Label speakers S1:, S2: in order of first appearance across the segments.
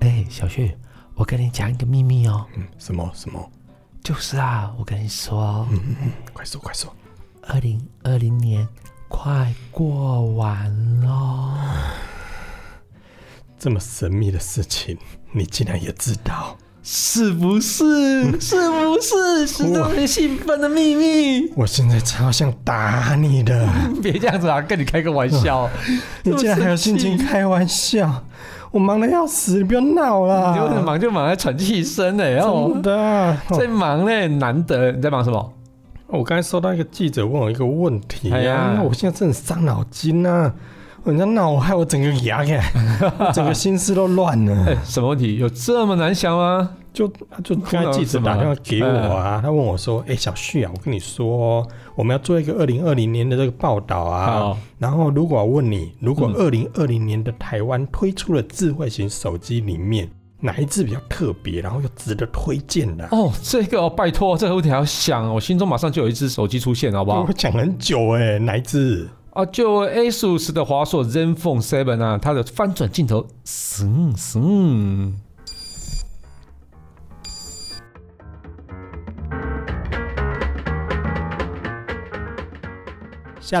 S1: 哎，小旭，我跟你讲一个秘密哦，
S2: 嗯，什么什么？
S1: 就是啊，我跟你说，
S2: 嗯嗯，快说快说！
S1: 二零二零年快过完喽，
S2: 这么神秘的事情，你竟然也知道？
S1: 是不 是？是不是？是
S2: 哇
S1: 让人兴奋的秘密。
S2: 我现在超想打你的，
S1: 别这样子啊，跟你开个玩 笑，
S2: 你竟然还有心
S1: 这
S2: 情
S1: 么生气
S2: 开玩笑？我忙得要死，你不要闹啦！嗯
S1: 你为什么忙哦就忙在喘气声呢？然后
S2: 啊真的，哦
S1: 在忙嘞，难得你在忙什么？
S2: 我刚才收到一个记者问我一个问题
S1: 哎呀
S2: 啊，那我现在真的很伤脑筋啊！人家闹我，害我整个 牙给，我整个心思都乱了。
S1: 哎，什么问题？有这么难想吗？
S2: 就就刚才记者打电话给我啊，他问我说：“哎、小旭啊，我跟你说、哦，我们要做一个二零二零年的这个报道啊。
S1: 好，
S2: 然后如果我问你，如果
S1: 嗯
S2: 二零二零年的台湾推出了智慧型手机里面哪一支比较特别，然后又值得推荐的啊、
S1: 哦，这个哦，拜托，这个问题还要想，我心中马上就有一只手机出现，好不好
S2: 我？讲很久哎、哪一支？
S1: 啊，就 ASUS 的华硕 ZenFone 7啊，它的翻转镜头，神神。
S2: 下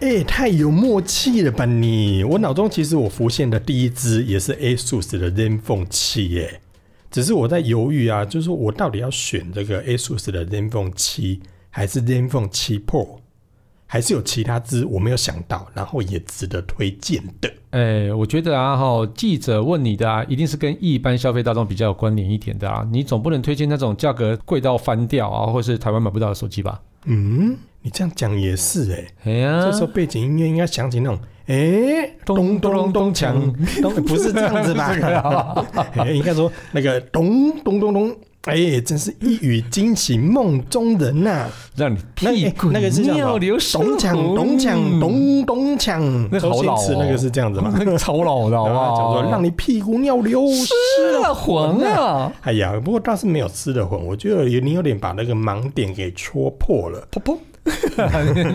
S2: 哎、太有默契了吧你！我脑中其实我浮现的第一支也是 ASUS 的 ZenFone 7耶，只是我在犹豫啊，就是说我到底要选这个 ASUS 的 ZenFone 7还是 ZenFone 7 Pro，还是有其他支我没有想到，然后也值得推荐的。
S1: 哎，我觉得啊，哈，记者问你的啊，一定是跟一般消费大众比较有关联一点的啊。你总不能推荐那种价格贵到翻掉啊，或是台湾买不到的手机吧？
S2: 嗯，你这样讲也是哎、
S1: 哎呀，
S2: 这时候背景音乐应该响起那种，哎、咚咚咚咚锵，咚， 不是这样子
S1: 不是这个
S2: 吧
S1: 啊？
S2: 哎应该说那个咚咚咚咚，哎、真是一语惊醒梦中人呐、
S1: 让你
S2: 那
S1: 屁
S2: 哎
S1: 股
S2: 那个是叫什
S1: 尿
S2: 么？
S1: 流嗯失
S2: 咚锵咚锵咚咚锵，
S1: 那
S2: 周
S1: 好
S2: 星
S1: 老
S2: 驰
S1: 哦
S2: 那个是这样子嘛？
S1: 那个超老哦啊的好不
S2: 然后
S1: 好？
S2: 他讲说让你屁股尿流失
S1: 失了魂啊！
S2: 哎呀，不过倒是没有吃的混，我觉得你有点把那个盲点给戳破了。噗噗，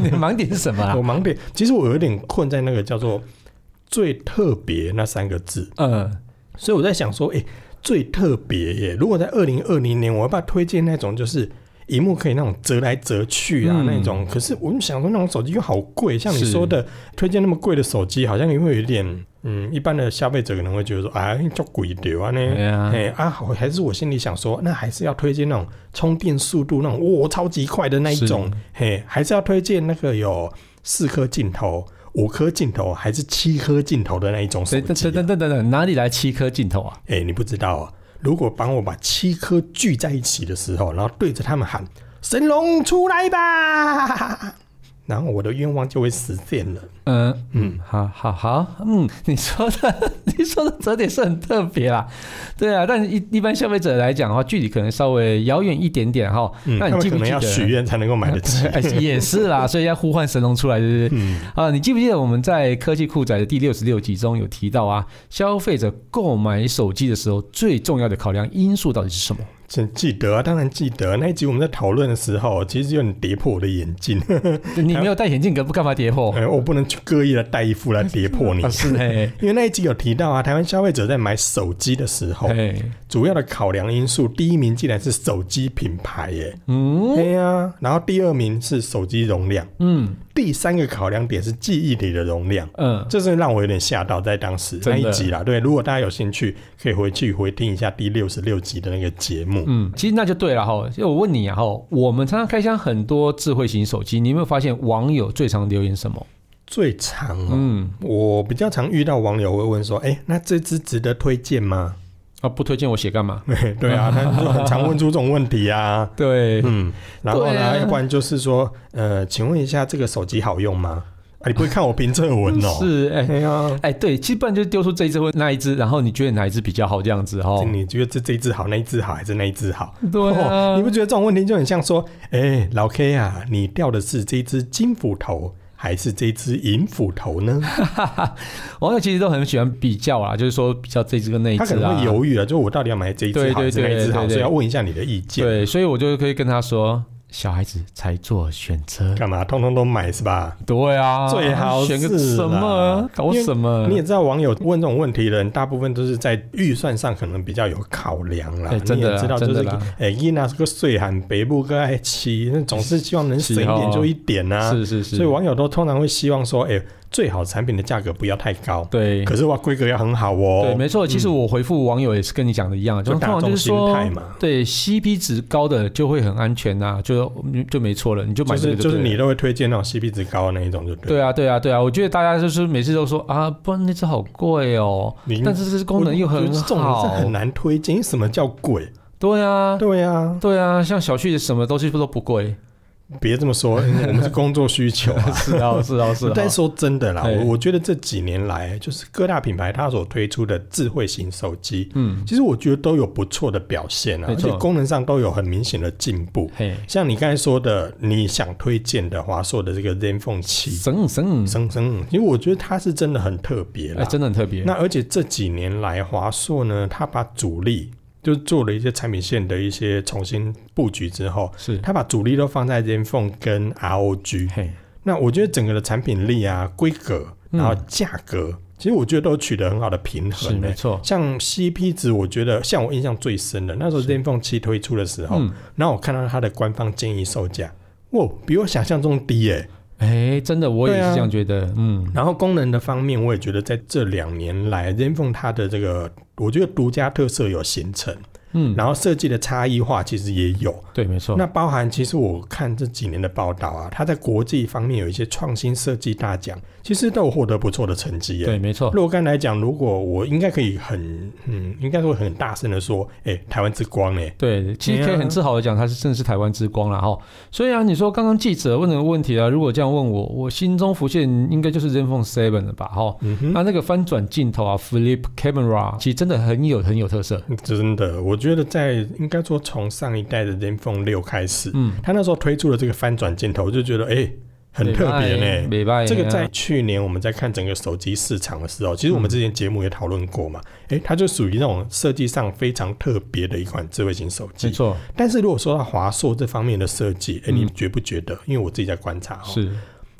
S1: 你盲点是什么啊
S2: 我？盲点，其实我有点困在那个叫做“最特别”那三个字，
S1: 嗯，
S2: 所以我在想说，哎、最特别耶！如果在二零二零年，我要不要推荐那种就是荧幕可以那种折来折去啊、
S1: 嗯
S2: 那种？可是我就想说，那种手机又好贵，像你
S1: 是
S2: 说的，推荐那么贵的手机，好像你会有一点，嗯，一般的消费者可能会觉得说，哎，叫鬼丢啊
S1: 对
S2: 呢。
S1: 呀，
S2: 哎、啊，好，还是我心里想说，那还是要推荐那种充电速度那种，哇、超级快的那一种
S1: 是。
S2: 嘿，还是要推荐那个有四颗镜头、五颗镜头还是七颗镜头的那一种手
S1: 等等
S2: 机、
S1: 等
S2: 啊。
S1: 等等等，哪里来七颗镜头啊？
S2: 哎、你不知道啊，如果帮我把七颗聚在一起的时候，然后对着他们喊“神龙出来吧”，然后我的愿望就会实现了。
S1: 嗯，
S2: 嗯，
S1: 好好好，嗯，你说的 你说的折点是很特别啦，对啊，但一一般消费者来讲的话，距离可能稍微遥远一点点哈。
S2: 嗯
S1: 那你
S2: 他们
S1: 记
S2: 可
S1: 不
S2: 能
S1: 记
S2: 要许
S1: 得？
S2: 愿才能够买 得起。
S1: 哎也是 啦，所以要呼唤神龙出来，对不对？
S2: 嗯，
S1: 啊，你记不记得我们在科技酷宅的第六十六集中有提到啊，消费者购买手机的时候最重要的考量因素到底是什么？
S2: 记记得啊，当然记得那一集我们在讨论的时候，其实有点跌破我的眼 镜。
S1: 你没有戴眼镜，可不干嘛跌破？
S2: 哎我不能去刻意的带一副来跌破你
S1: 啊，。是哎，
S2: 因为那一集有提到啊，台湾消费者在买手机的时候，
S1: 哎，
S2: 主要的考量因素，第一名竟然是手机品牌耶，
S1: 嗯
S2: 对呀、然后第二名是手机容量，
S1: 嗯
S2: 第三个考量点是记忆里的容量，
S1: 嗯，
S2: 这是让我有点吓到，在当时
S1: 真
S2: 那
S1: 的
S2: 一集啦。对，如果大家有兴趣，可以回去回听一下第六十六集的那个节目。
S1: 嗯，其实那就对了哈。就我问你啊哈，我们常常开箱很多智慧型手机，你有没有发现网友最常留言什么？
S2: 最长、哦，
S1: 嗯，
S2: 我比较常遇到网友会问说，哎、那这支值得推荐吗？
S1: 啊，不推荐我写干嘛？
S2: 对啊，他就很常问出这种问题啊。
S1: 对，
S2: 嗯，然后
S1: 对
S2: 呢，
S1: 啊
S2: 要不然就是说，呃，请问一下，这个手机好用吗？啊你不会看我评测文哦？
S1: 是哎、
S2: 哎呀，
S1: 哎，对，基本就是丢出这一只或那一只，然后你觉得哪一只比较好这样子哦。
S2: 你觉得这这一只好，那一只好，还是那一只好？哦
S1: 对啊，
S2: 你不觉得这种问题就很像说，哎、老 K 啊，你钓的是这只金斧头还是这只银斧头呢？
S1: 网友其实都很喜欢比较啊，就是说比较这只跟 那一
S2: 他
S1: 只
S2: 可能
S1: 啊
S2: 会。犹豫啊，就我到底要买这一只好还是那一只好，
S1: 对对对对对
S2: 所以要问一下你的意见。
S1: 对，所以我就可以跟他说，小孩子才做选择。
S2: 干嘛通通都买是吧？
S1: 对啊，
S2: 最好
S1: 选个
S2: 是
S1: 什么
S2: 啦？
S1: 搞什么？
S2: 你也知道，网友问这种问题的人，大部分都是在预算上可能比较有考量啦。
S1: 哎真的
S2: 你也知道，
S1: 真
S2: 就
S1: 的
S2: 是
S1: 啦
S2: 哎，伊娜是个岁寒北部个爱骑，那总是希望能省一
S1: 是哦
S2: 点就一点啊。
S1: 是是是，
S2: 所以网友都通常会希望说，哎、最好产品的价格不要太高，
S1: 对
S2: 可是哇，规格要很好哦。
S1: 对，没错。其实我回复网友也是跟你讲的一样，就是通
S2: 就大
S1: 常就
S2: 众
S1: 是
S2: 心
S1: 说
S2: 态。嘛，
S1: 对 CP 值高的就会很安全呐、就嗯就没错了，你就买
S2: 就
S1: 这
S2: 是
S1: 个
S2: 就是
S1: 对了
S2: 你都会推荐那种 CP 值高的那一种，就对。
S1: 对啊，对啊，对啊，我觉得大家就是每次都说啊，不然那只好贵哦，
S2: 你
S1: 但是这只功能又
S2: 我
S1: 很
S2: 觉得这种
S1: 好
S2: 是，很难推荐。因为什么叫贵？
S1: 对啊，
S2: 对啊，
S1: 对啊，像小旭什么东西都不贵，
S2: 别这么说，因为我们是工作需求啊。
S1: 是啊，是啊，是啊，
S2: 但说真的啦，
S1: 对
S2: 我我觉得这几年来，就是各大品牌它所推出的智慧型手机，
S1: 嗯，
S2: 其实我觉得都有不错的表现啊，
S1: 没
S2: 而
S1: 错
S2: 且功能上都有很明显的进步。
S1: 嘿，
S2: 像你刚才说的，你想推荐的华硕的这个 ZenFone 七，
S1: 省省，
S2: 生生，因为我觉得它是真的很特别
S1: 嗯
S2: 啦。
S1: 哎，真的很特别，
S2: 那而且这几年来，华硕呢，它把主力就是做了一些产品线的一些重新布局之后，
S1: 是，
S2: 它把主力都放在 ZenFone 跟 ROG。
S1: 嘿，
S2: 那我觉得整个的产品力啊、规格，
S1: 嗯
S2: 然后价格，其实我觉得都取得很好的平
S1: 是
S2: 衡、
S1: 没
S2: 欸。
S1: 错，
S2: 像 CP 值，我觉得像我印象最深的，那时候 ZenFone 七推出的时候，
S1: 嗯，
S2: 然后我看到它的官方建议售价，哇，比我想象中低耶、
S1: 哎，真的我也
S2: 对
S1: 是
S2: 啊
S1: 这样觉得，嗯，
S2: 然后功能的方面，我也觉得在这两年来，ZenFone 它的这个，我觉得独家特色有形成，
S1: 嗯，
S2: 然后设计的差异化其实也有。
S1: 对，没错，
S2: 那包含其实我看这几年的报道啊，它在国际方面有一些创新设计大奖，其实都有获得不错的成绩耶。
S1: 对，没哦错，
S2: 若干来讲，如果我应该可以很，嗯，应该会很大声的说，哎、台湾之光哎，
S1: 对，其实可以很自豪的讲，它是真的是台湾之光了哈。所以啊，你说刚刚记者问的问题啊，如果这样问我，我心中浮现应该就是 ZenFone 7了吧哈。
S2: 嗯哼，
S1: 那那个翻转镜头啊，flip camera，其实真的很有很有特色。
S2: 真的，我觉得在应该说从上一代的 ZenFone 六开始，
S1: 嗯，
S2: 他那时候推出了这个翻转镜头，我就觉得哎、很特别呢、
S1: 美拜。
S2: 这个在去年我们在看整个手机市场的时候，其实我们之前节目也讨论过嘛，
S1: 嗯
S2: 哎、它就属于那种设计上非常特别的一款智慧型手
S1: 没
S2: 机。
S1: 错，
S2: 但是如果说到华硕这方面的设计，哎、
S1: 嗯
S2: 你觉不觉得？因为我自己在观察、哦，
S1: 是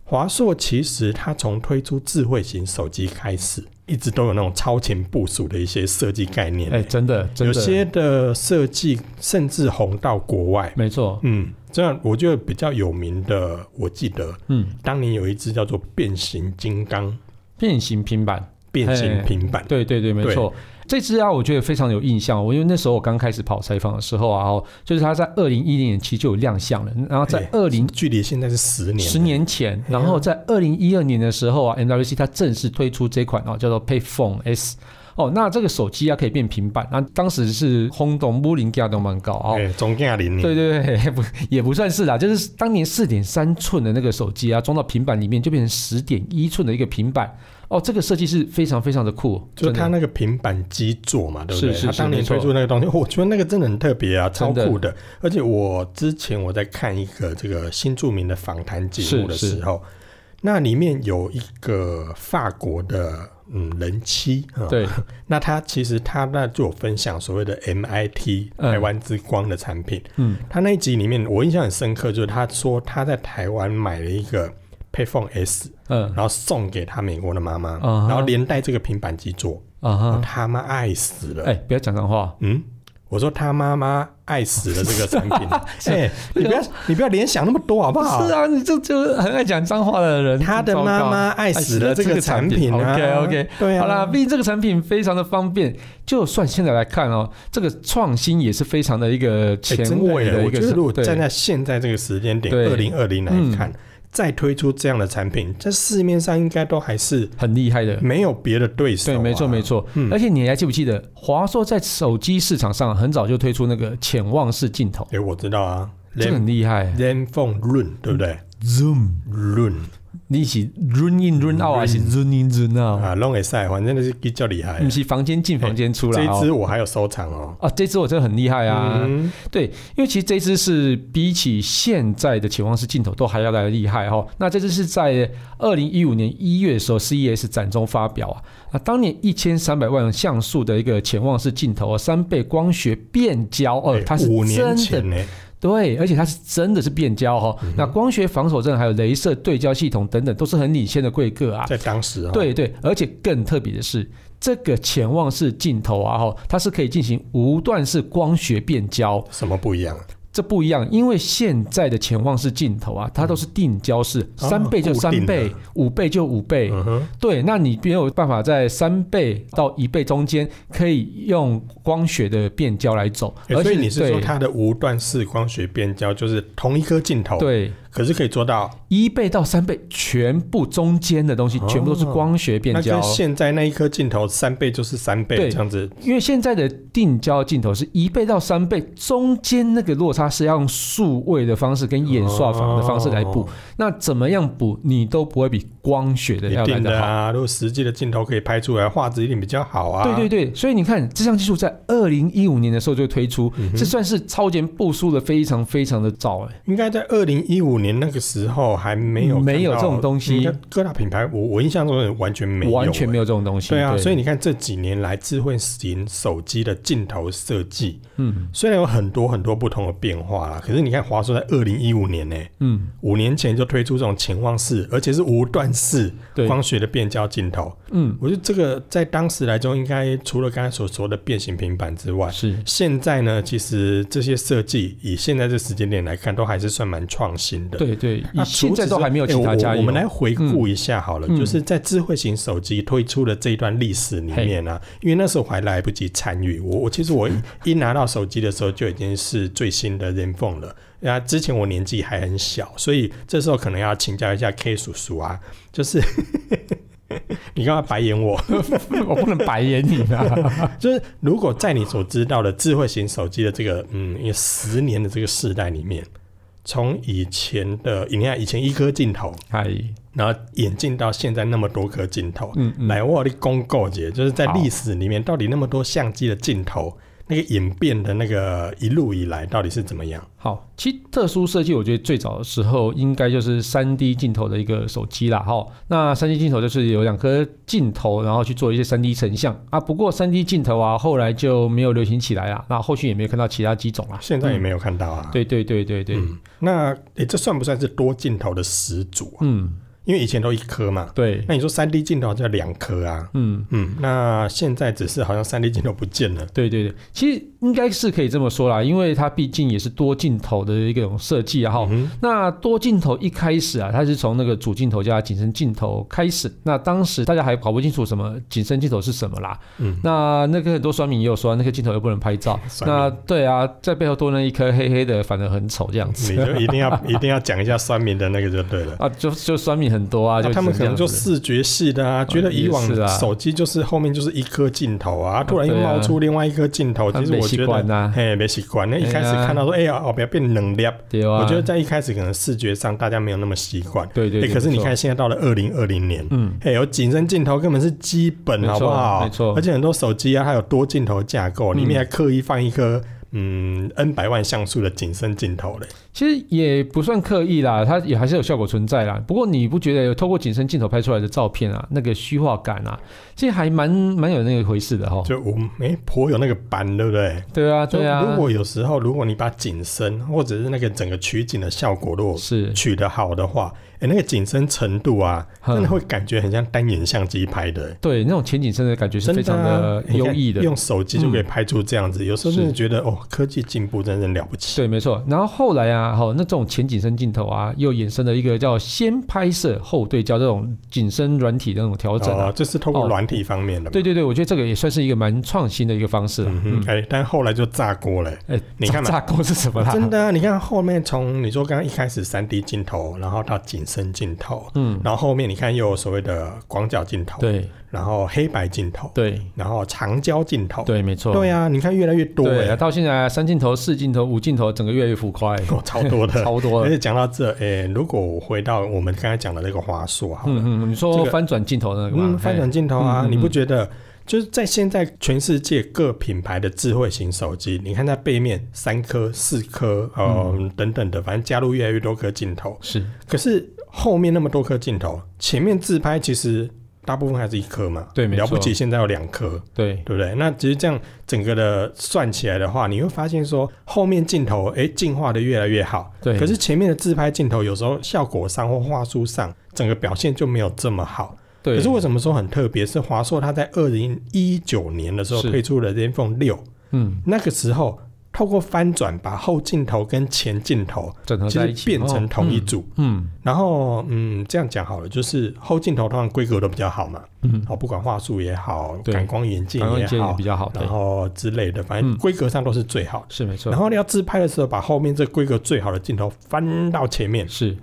S2: 华硕其实它从推出智慧型手机开始，一直都有那种超前部署的一些设计概念、
S1: 哎，
S2: 诶
S1: 真的真
S2: 有
S1: 的，
S2: 些的设计甚至红到国外。
S1: 没错，
S2: 嗯，这样我觉得比较有名的，我记得
S1: 嗯，
S2: 当年有一只叫做变形金刚、
S1: 变形平板，
S2: 变形平板，
S1: 对对对，没错。这支啊，我觉得非常有印象。我因为那时候我刚开始跑采访的时候啊，哦，就是它在二零一零年期就有亮相了，然后在
S2: 哎
S1: 二零
S2: 距离现在是十年，
S1: 十年前，
S2: 哎
S1: 然后在二零一二年的时候啊，MWC 它正式推出这款哦，叫做 Payphone S。哦，那这个手机啊可以变平板，那当时是轰动，波林价都蛮高哦。
S2: 哎，总共零年，
S1: 对对 对，不也不算是啦，就是当年四点三寸的那个手机啊，装到平板里面就变成十点一寸的一个平板。哦，这个设计是非常非常的酷，
S2: 就是
S1: 真的
S2: 它那个平板基座嘛，对不对？
S1: 是是是
S2: 它当年
S1: 没错
S2: 推出那个东西，哦我觉得那个真的很特别啊，超
S1: 真的
S2: 酷的。而且我之前我在看一个这个新著名的访谈节目的
S1: 是是
S2: 时候，那里面有一个法国的嗯人妻，嗯，
S1: 对，
S2: 那他其实他那就有分享所谓的 MIT
S1: 嗯
S2: 台湾之光的产品。
S1: 嗯，
S2: 他那一集里面我印象很深刻，就是他说他在台湾买了一个 Payphone S，
S1: 嗯
S2: 然后送给他美国的妈妈，
S1: 啊哈
S2: 然后连带这个平板机座，
S1: 啊
S2: 我
S1: 哈，
S2: 他妈爱死了。
S1: 哎、不要讲脏话，
S2: 嗯，我说他妈妈爱死了这个产 品，
S1: 是
S2: 哎、你不要你不要联想那么多好不好？
S1: 是啊，你这就是很爱讲脏话的人，
S2: 他的
S1: 真糟
S2: 妈
S1: 糕
S2: 妈爱死了这
S1: 哎
S2: 个产品啊
S1: OK OK，
S2: 对啊，
S1: 好啦，毕竟这个产品非常的方便，就算现在来看哦，这个创新也是非常的一个
S2: 哎
S1: 前
S2: 真的
S1: 卫
S2: 耶
S1: 的一
S2: 我
S1: 个
S2: 觉
S1: 是，
S2: 得如果
S1: 对
S2: 站在现在这个时间点，
S1: 对嗯
S2: 二零二零来看，再推出这样的产品，在市面上应该都还是
S1: 很厉害的。
S2: 没有别的对手、
S1: 对，没错没。错，
S2: 嗯
S1: 而且你还记不记得，华硕在手机市场上很早就推出那个潜望式镜头
S2: 哎、，我知道啊
S1: 这个
S2: ，Zen
S1: 很厉害。
S2: Zen Phone Run 对不对
S1: Zoom
S2: ？Run
S1: 你是 run in run out 还是 run in run out？
S2: 啊，Long S 赛，反正那是比较厉害
S1: 你。是房间进房间出
S2: 哎这
S1: 来
S2: 一
S1: 嗯哦。
S2: 支我还有收藏哦。
S1: 啊，这支我真的很厉害啊！
S2: 嗯，
S1: 对，因为其实这支是比起现在的潜望式镜头都还要来得厉害哈、哦。那这支是在二零一五年一月的时候，CES 展中发表啊。那当年一千三百万像素的一个潜望式镜头、哦，三倍光学变焦哦，
S2: 哎
S1: 它是
S2: 五年
S1: 真的
S2: 前呢，嗯
S1: 对，而且它是真的是变焦哈、哦。那光学防守阵还有镭射对焦系统等等，都是很领先的规格啊。
S2: 在当时啊，，
S1: 对对，而且更特别的是，这个潜望式镜头啊，哈，它是可以进行无段式光学变焦，
S2: 什么不一样？啊
S1: 这不一样，因为现在的潜望式镜头啊，它都是定焦式，
S2: 哦
S1: 三倍就三
S2: 固定
S1: 倍
S2: 的，
S1: 五倍就五倍。
S2: 嗯哼，
S1: 对，那你没有办法在三倍到一倍中间可以用光学的变焦来走，
S2: 哎所以你是说
S1: 对
S2: 它的无段式光学变焦就是同一颗镜头，，
S1: 对
S2: 可是可以做到，
S1: 一倍到三倍全部中间的东西
S2: 哦
S1: 全部都是光学变
S2: 那
S1: 焦
S2: 跟。现在那一颗镜头三倍就是三倍
S1: 对
S2: 这样子，
S1: 因为现在的定焦镜头是一倍到三倍，中间那个落差是要用数位的方式跟演算法的方式来补。
S2: 哦
S1: 那怎么样补，你都不会比光学的
S2: 一
S1: 要来
S2: 定
S1: 得
S2: 的
S1: 好。
S2: 啊，如果实际的镜头可以拍出来，画质一定比较好啊。
S1: 对对对，所以你看这项技术在二零一五年的时候就推出，
S2: 嗯
S1: 这算是超前部署的非常非常的早哎、
S2: 应该在二零一五年那个时候还没有
S1: 嗯没有
S2: 看到
S1: 这种东西
S2: 应该各大品牌我我印象中也完全没有、
S1: 完全没
S2: 有。
S1: 有这种东西。
S2: 对啊，所以
S1: 以
S2: 你看这几年来智慧型手机的镜头设计，
S1: 嗯
S2: 虽然有很多很多不同的变化啦，可是你看华硕在二零一五年呢、
S1: 嗯，
S2: 五年前就推出这种潜望式，而且是无段式
S1: 对，
S2: 光学的变焦镜头。
S1: 嗯
S2: 我觉得这个在当时来说，应该除了刚才所说的变形平板之外，
S1: 是
S2: 现在呢，其实这些设计以现在这时间点来看，都还是算蛮创新的。
S1: 对对，以
S2: 那
S1: 啊
S2: 除
S1: 现
S2: 此之外，
S1: 在都还没有
S2: 欸
S1: 其他
S2: 我
S1: 家
S2: 我
S1: 有。
S2: 我们来回顾一下好了，
S1: 嗯
S2: 就是在智慧型手机推出的这一段历史里面呢、啊，
S1: 嗯
S2: 因为那时候我还来不及参与，我我其实我一一拿到手机的时候就已经是最新的 ZenFone 了。那之前我年纪还很小，所以这时候可能要请教一下 K 叔叔啊，就是 你干嘛白眼 我？
S1: 我不能白眼你 啊！
S2: 就是如果在你所知道的智慧型手机的这个嗯有十年的这个世代里面，从以前的你看以前一颗镜头，
S1: 哎，
S2: 然后演进到现在那么多颗镜头，
S1: 嗯嗯，
S2: 来我的公告姐，就是在
S1: 好
S2: 历史里面到底那么多相机的镜头，那个演变的那个一路以来到底是怎么样？
S1: 好，其实特殊设计，我觉得最早的时候应该就是三 D 镜头的一个手机啦，哈。那三 D 镜头就是有两颗镜头，然后去做一些三 D 成像啊。不过三 D 镜头啊，后来就没有流行起来啦，那后续也没有看到其他机种啦。
S2: 现在也
S1: 嗯
S2: 没有看到啊。
S1: 对对对对对，
S2: 嗯，那诶、这算不算是多镜头的始祖啊？
S1: 嗯，
S2: 因为以前都一颗嘛。
S1: 对，
S2: 那你说三 D 镜头就两颗啊？
S1: 嗯。
S2: 嗯，那现在只是好像三 D 镜头不见了。
S1: 对对对，其实应该是可以这么说啦，因为它毕竟也是多镜头的一种设计啊，哈、
S2: 嗯
S1: 那多镜头一开始啊，它是从那个主镜头加景深镜头开始。那当时大家还搞不清楚什么景深镜头是什么啦。
S2: 嗯
S1: 那那个很多酸民也有说，那个镜头又不能拍照。
S2: 酸民
S1: 那对啊，在背后多那一颗黑黑的，反而很丑这样
S2: 哼，
S1: 子。
S2: 你就一 定要一定要讲一下酸民的那个就对了。
S1: 啊，就就酸民很多啊，
S2: 嗯那
S1: 就
S2: 他们可能就
S1: 这样子
S2: 视觉系的啊，觉得以往
S1: 也是啊
S2: 手机就是后面就是一颗镜头啊，突然又
S1: 对啊
S2: 冒出另外一颗镜头，
S1: 他
S2: 其
S1: 们
S2: 实
S1: 没
S2: 我
S1: 习
S2: 觉
S1: 惯
S2: 得。
S1: 呐，
S2: 嘿，没习惯。那一开始
S1: 哎呀
S2: 看到说，哎呀，哦，不要变冷了。
S1: 对啊，
S2: 我觉得在一开始可能视觉上大家没有那么习惯。
S1: 对对
S2: 哎，
S1: 对。
S2: 可是你
S1: 没错
S2: 看，现在到了二零二零年，
S1: 嗯，
S2: 哎，有景深镜头根本是基本，
S1: 没错
S2: 好不好？
S1: 没错
S2: 而且很多手机啊，它有多镜头架构，
S1: 嗯
S2: 里面还刻意放一颗嗯 N 百万像素的景深镜头嘞。
S1: 其实也不算刻意啦，它也还是有效果存在啦。不过你不觉得有透过景深镜头拍出来的照片啊，那个虚化感啊，其实还蛮蛮有那个回事的哈。
S2: 就我哎，颇有那个斑，对不对？
S1: 对啊，对啊，
S2: 就如果有时候，如果你把景深或者是那个整个取景的效果，如果
S1: 是
S2: 取得好的话，哎、那个景深程度啊，
S1: 嗯
S2: 真的会感觉很像单眼相机拍的、诶
S1: 对那种前景深的感觉是
S2: 真
S1: 非常
S2: 的
S1: 的
S2: 啊
S1: 优
S2: 你
S1: 异的。
S2: 看
S1: 嗯
S2: 用手机就可以拍出这样子。有时候真的
S1: 是
S2: 觉得哦，科技进步真的了不起。
S1: 对，没错。然后后来啊，好、那种前景深镜头啊，又衍生了一个叫先拍摄后对焦这种景深软体的那种调整啊。
S2: 哦，这是透过
S1: 哦
S2: 软体方面的嘛。
S1: 对对对，我觉得这个也算是一个蛮创新的一个方式了。
S2: 嗯
S1: 嗯
S2: 哼，，哎、但后来就炸锅了、
S1: 哎、
S2: 你看嘛啊
S1: 炸炸锅是什么啦？
S2: 真的啊、你看后面从你说刚刚一开始三 D 镜头，然后到景深镜头，
S1: 嗯，
S2: 然后后面你看又有所谓的广角镜头，，
S1: 对
S2: 然后黑白镜头，，
S1: 对
S2: 然后长焦镜头，，
S1: 对，没错，
S2: 对啊，你看越来越多
S1: 对啊，
S2: 哎，
S1: 到现在三镜头、四镜头、五镜头，整个越来越浮夸，哎
S2: 哦， 超多 的。
S1: 超多
S2: 而
S1: 了。
S2: 且讲到这，哎，如果我回到我们刚才讲的那个华硕哈，
S1: 嗯嗯，你
S2: 这
S1: 说
S2: 个
S1: 翻转镜头那个吗？
S2: 嗯，翻转镜头啊，
S1: 嗯嗯
S2: 你不
S1: 嗯
S2: 觉得？就是在现在全世界各品牌的智慧型手机，你看它背面三颗、四颗，呃、
S1: 嗯
S2: 等等的，反正加入越来越多颗镜头
S1: 嘿。是，
S2: 可是后面那么多颗镜头，前面自拍其实大部分还是一颗嘛，
S1: 对没错
S2: 了不起现在有两颗，
S1: 对
S2: 对不对？那其实这样整个的算起来的话，你会发现说后面镜头哎进化的越来越好，
S1: 对。
S2: 可是前面的自拍镜头有时候效果上或画术上，整个表现就没有这么好。
S1: 对，
S2: 可是为什么说很特别？是华硕它在二零一九年的时候
S1: 是
S2: 推出了 ZenFone 六，
S1: 嗯，
S2: 那个时候透过翻转把后镜头跟前镜头
S1: 整合
S2: 其
S1: 在一
S2: 实
S1: 起
S2: 变成同一。
S1: 哦
S2: 组。
S1: 嗯
S2: 然后嗯，这样讲好了，就是后镜头通常规格都比较好嘛，
S1: 嗯，
S2: 哦，不管画术也好，
S1: 对
S2: 感光元件
S1: 刚刚
S2: 也
S1: 建议
S2: 啊好
S1: 比，较好，对
S2: 然，后之类的，反正
S1: 嗯
S2: 规格上都是最好的。
S1: 是没错
S2: 然，后你要自拍的时候，把后面这规格最好的镜头翻到前面，
S1: 是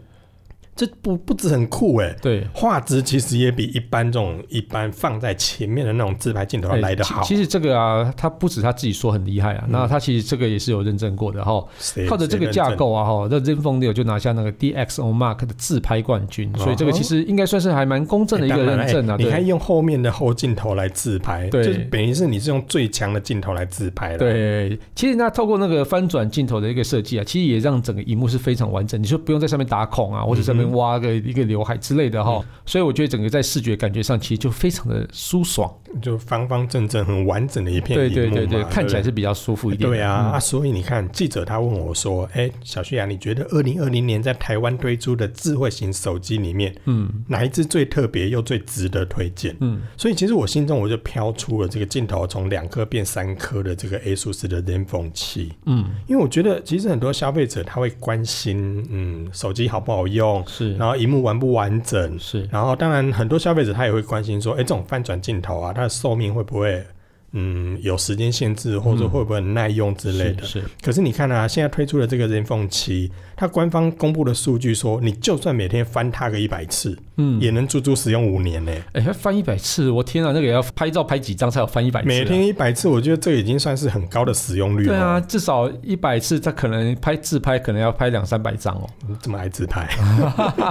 S2: 这不不止很酷哎、
S1: 对。
S2: 画质其实也比一般这种一般放在前面的那种自拍镜头要
S1: 哎
S2: 来得
S1: 其
S2: 好。
S1: 其实这个啊，他不止他自己说很厉害啊，
S2: 嗯
S1: 那他其实这个也是有认证过的哈。
S2: 谁
S1: 靠着这个架，
S2: 谁认证
S1: 构啊，哈，这 ZenFone 六就拿下那个 DXO Mark 的自拍冠军，所以这个
S2: 哦
S1: 其实应该算是还蛮公正的一个
S2: 哎当然
S1: 认证啊。
S2: 哎你看
S1: 对
S2: 用后面的后镜头来自拍，
S1: 对
S2: 就是等于是你是用最强的镜头来自拍了。，
S1: 对，其实那透过那个翻转镜头的一个设计啊，其实也让整个荧幕是非常完整，你就不用在上面打孔
S2: 嗯
S1: 啊，或者上面挖个一个刘海之类的哈。所以我觉得整个在视觉感觉上，其实就非常的舒爽。
S2: 就方方正正、很完整的一片
S1: 对
S2: 荧幕
S1: 对
S2: 嘛
S1: 对对，
S2: 不
S1: 看起来是比较舒服一点的。
S2: 对啊，
S1: 嗯
S2: 啊，所以你看，记者他问我说：“哎、小旭啊，你觉得二零二零年在台湾推出的智慧型手机里面，
S1: 嗯
S2: 哪一支最特别又最值得推荐？”
S1: 嗯，
S2: 所以其实我心中我就飘出了这个镜头从两颗变三颗的这个 ASUS 的 ZenFone 七，
S1: 嗯，
S2: 因为我觉得其实很多消费者他会关心，嗯，手机好不好用，
S1: 是
S2: 然后荧幕完不完整，
S1: 是，
S2: 然后当然很多消费者他也会关心说，哎，这种翻转镜头啊，它的寿命会不会，嗯，有时间限制，或者会不会很耐用之类的。
S1: 是是
S2: 可是你看啊，现在推出的这个 ZenFone 七，它官方公布的数据说，你就算每天翻它个一百次，
S1: 嗯，
S2: 也能足足使用五年呢、
S1: 哎、要翻一百次，我天啊，那个也要拍照拍几张才有翻一百次、啊？
S2: 每天一百次，我觉得这已经算是很高的使用率
S1: 对
S2: 了。
S1: 啊，至少一百次，他可能拍自拍可能要拍两三百张哦。
S2: 你这么爱自拍，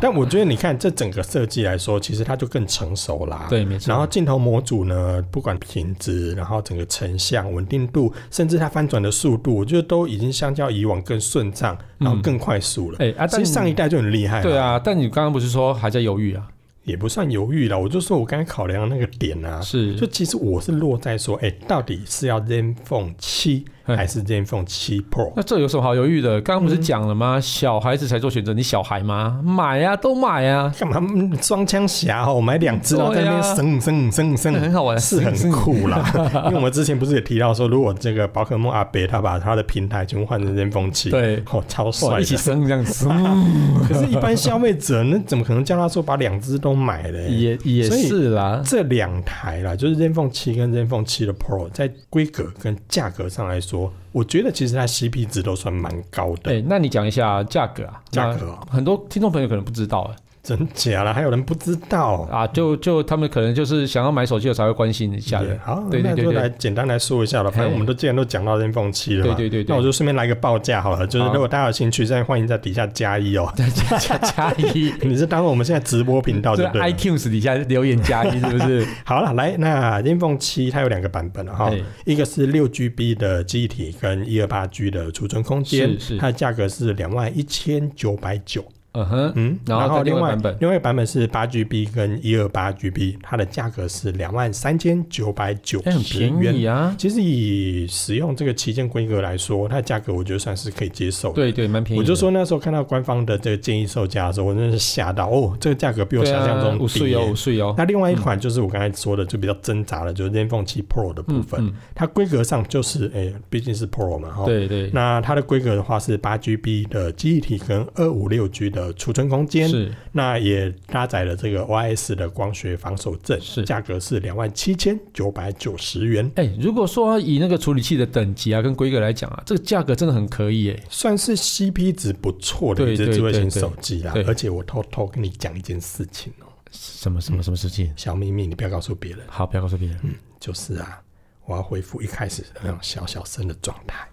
S2: 但我觉得你看这整个设计来说，其实它就更成熟啦。。
S1: 对，没错。
S2: 啊然后镜头模组呢，不管品质，然后整个成像、稳定度，甚至它翻转的速度，我觉得都已经相较以往更顺畅，然后更快速了。
S1: 哎、啊，
S2: 其
S1: 但
S2: 实上一代就很厉害，
S1: 对，啊，但你刚刚不是说还在犹豫啊？
S2: 也不算犹豫了。我就说我刚才考量的那个点啊，
S1: 是，
S2: 就其实我是落在说，哎、到底是要 ZenFone 七
S1: 嗯
S2: 还是 ZenFone 七 Pro？
S1: 那这有什么好犹豫的？刚刚不是
S2: 嗯
S1: 讲了吗？小孩子才做选择，你小孩吗？买呀、都买啊呀、
S2: 干嘛嗯双枪侠哦，买两只然后在那边升升升
S1: 那
S2: 升，
S1: 啊哎很好玩，
S2: 嗯是很 酷啦。因为我们之前不是也提到说，如果这个宝可梦阿北他把他的平台全部换成电风器，，
S1: 对，
S2: 哦，超
S1: 哇，
S2: 帅
S1: 一起
S2: 的。
S1: 生这样子，嗯
S2: 可是，一般消费者那怎么可能叫他说把两只都买嘞？
S1: 也也
S2: 哎所以
S1: 是啦。
S2: 这两台啦，就是 ZenFone 七跟 ZenFone 七的 Pro，在规格跟价格上来说，我觉得其实它 CP 值都算蛮高
S1: 哎、
S2: 的。
S1: 那你讲一下价格啊？
S2: 价格哦
S1: 那很多听众朋友可能不知道、哎。
S2: 真假啦，还有人不知道？
S1: 啊，就就他们可能就是想要买手机的才会关心一下
S2: 对
S1: 的。
S2: 好，
S1: 对
S2: 那
S1: 对
S2: 就
S1: 对
S2: 来简单来说一下了。反正
S1: 嘿
S2: 我们都既然都讲到 ZenFone 七了
S1: 对
S2: 嘛，
S1: 对对
S2: 那我
S1: 对，
S2: 就顺便来个报价好了，就是
S1: 好
S2: 如果大家有兴趣，再欢迎在底下加一哦。
S1: 再加加加一，
S2: 你是当我们现在直播频道
S1: 这
S2: 哦对不对了？
S1: iTunes 底下留言加一是不是？
S2: 好了，来，那 ZenFone 七它有两个版本啊了哈
S1: 哎，
S2: 一个是六 GB 的记忆体跟一二八 G 的储存空间
S1: 是，是
S2: 它的价格是两万一千九百九。
S1: 嗯哼，
S2: 嗯，
S1: 然后
S2: 后
S1: 再另
S2: 另
S1: 外
S2: 外
S1: 版本
S2: 另外一个版本是八 GB 跟一二八 GB，它的价格是两万三千九百九
S1: 哎，很
S2: 十元
S1: 便。宜啊。
S2: 其实以使用这个旗舰规格来说，它的价格我觉得算是可以接受的。
S1: 对对，蛮便宜。
S2: 我就，说那时候看到官方的这个建议售价的时候，我真的是吓到哦，这个价格比我
S1: 对
S2: 想象
S1: 啊
S2: 中，
S1: 五
S2: 低、
S1: 岁哦，
S2: 耶
S1: 五岁哦。
S2: 那另外一款就是我刚才说的，就比较挣扎的，就是 ZenFone 7 Pro 的部
S1: 嗯
S2: 分，
S1: 嗯，
S2: 它规格上就是，哎、毕竟是 Pro 嘛，哈。
S1: 对对，
S2: 那它的规格的话是八 GB 的记忆体跟二五六 G 的的储存空间，
S1: 是
S2: 那也搭载了这个 OIS 的光学防守阵，
S1: 是
S2: 价格是两万七千九百九十元，
S1: 哎、如果说以那个处理器的等级啊跟规格来讲啊，这个价格真的很可以哎。
S2: 算是 CP 值不错的
S1: 对
S2: 一
S1: 对
S2: 只智慧型
S1: 对对
S2: 手机啦
S1: 对。
S2: 而且我偷偷跟你讲一件事情哦、
S1: 什么什么什么事情？
S2: 小秘密，你不要告诉别人。
S1: 好，不要告诉别人。
S2: 就是啊，我要恢复一开始的那种小小声的状态。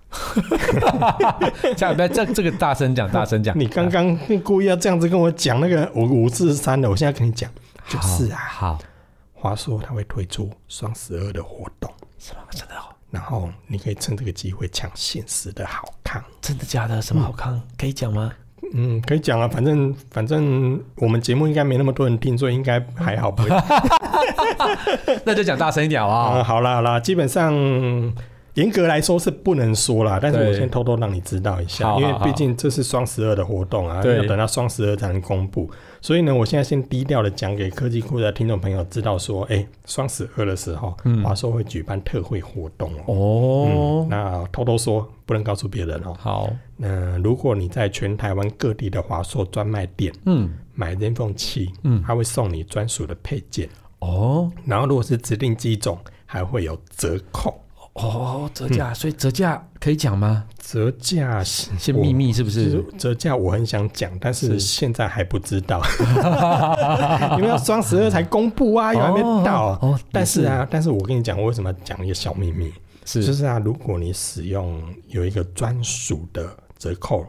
S1: 这样不要这这个大声讲，大声讲。
S2: 你刚刚你故意要这样子跟我讲那个五五至三的，我现在跟你讲，
S1: 好
S2: 就是啊，
S1: 好，
S2: 华硕它会推出双十二的活动，
S1: 什么真的哦
S2: 然后你可以趁这个机会抢限时的好看。
S1: 真的假的？什么好看？可以讲 吗？
S2: 嗯，可以讲啊，反正反正我们节目应该没那么多人听，所以应该还好不会
S1: 那就讲大声一点好不好？
S2: 啊、好啦好啦，基本上严格来说是不能说啦，但是我
S1: 对
S2: 先偷偷让你知道一下，
S1: 好
S2: 因为
S1: 好好
S2: 毕竟这是双十二的活动啊，
S1: 对
S2: 要等到双十二才能公布，所以呢，我现在先低调的讲给科技库的听众朋友知道，说，哎、双十二的时候，华硕会举办特惠活动哦。
S1: 嗯哦，
S2: 那偷偷说，不能告诉别人哦。
S1: 好，
S2: 那如果你在全台湾各地的华硕专卖店
S1: 嗯，
S2: 买 z e n f o n 七，
S1: 嗯
S2: 它会送你专属的配件，
S1: 哦，
S2: 然后如果是指定机种，还会有折扣。
S1: 哦，折
S2: 嗯
S1: 价，所以折价可以讲吗？
S2: 折价是
S1: 先秘，密是不
S2: 我其
S1: 是
S2: 实？折价我很想讲，但
S1: 是
S2: 是现在还不 知道，因为要双十二才公布啊，又还没到。
S1: 哦，哦
S2: 但是，啊，但是我跟你讲，我为什么要讲一个小秘密？
S1: 是
S2: 就是是啊，如果你使用有一个专属的折扣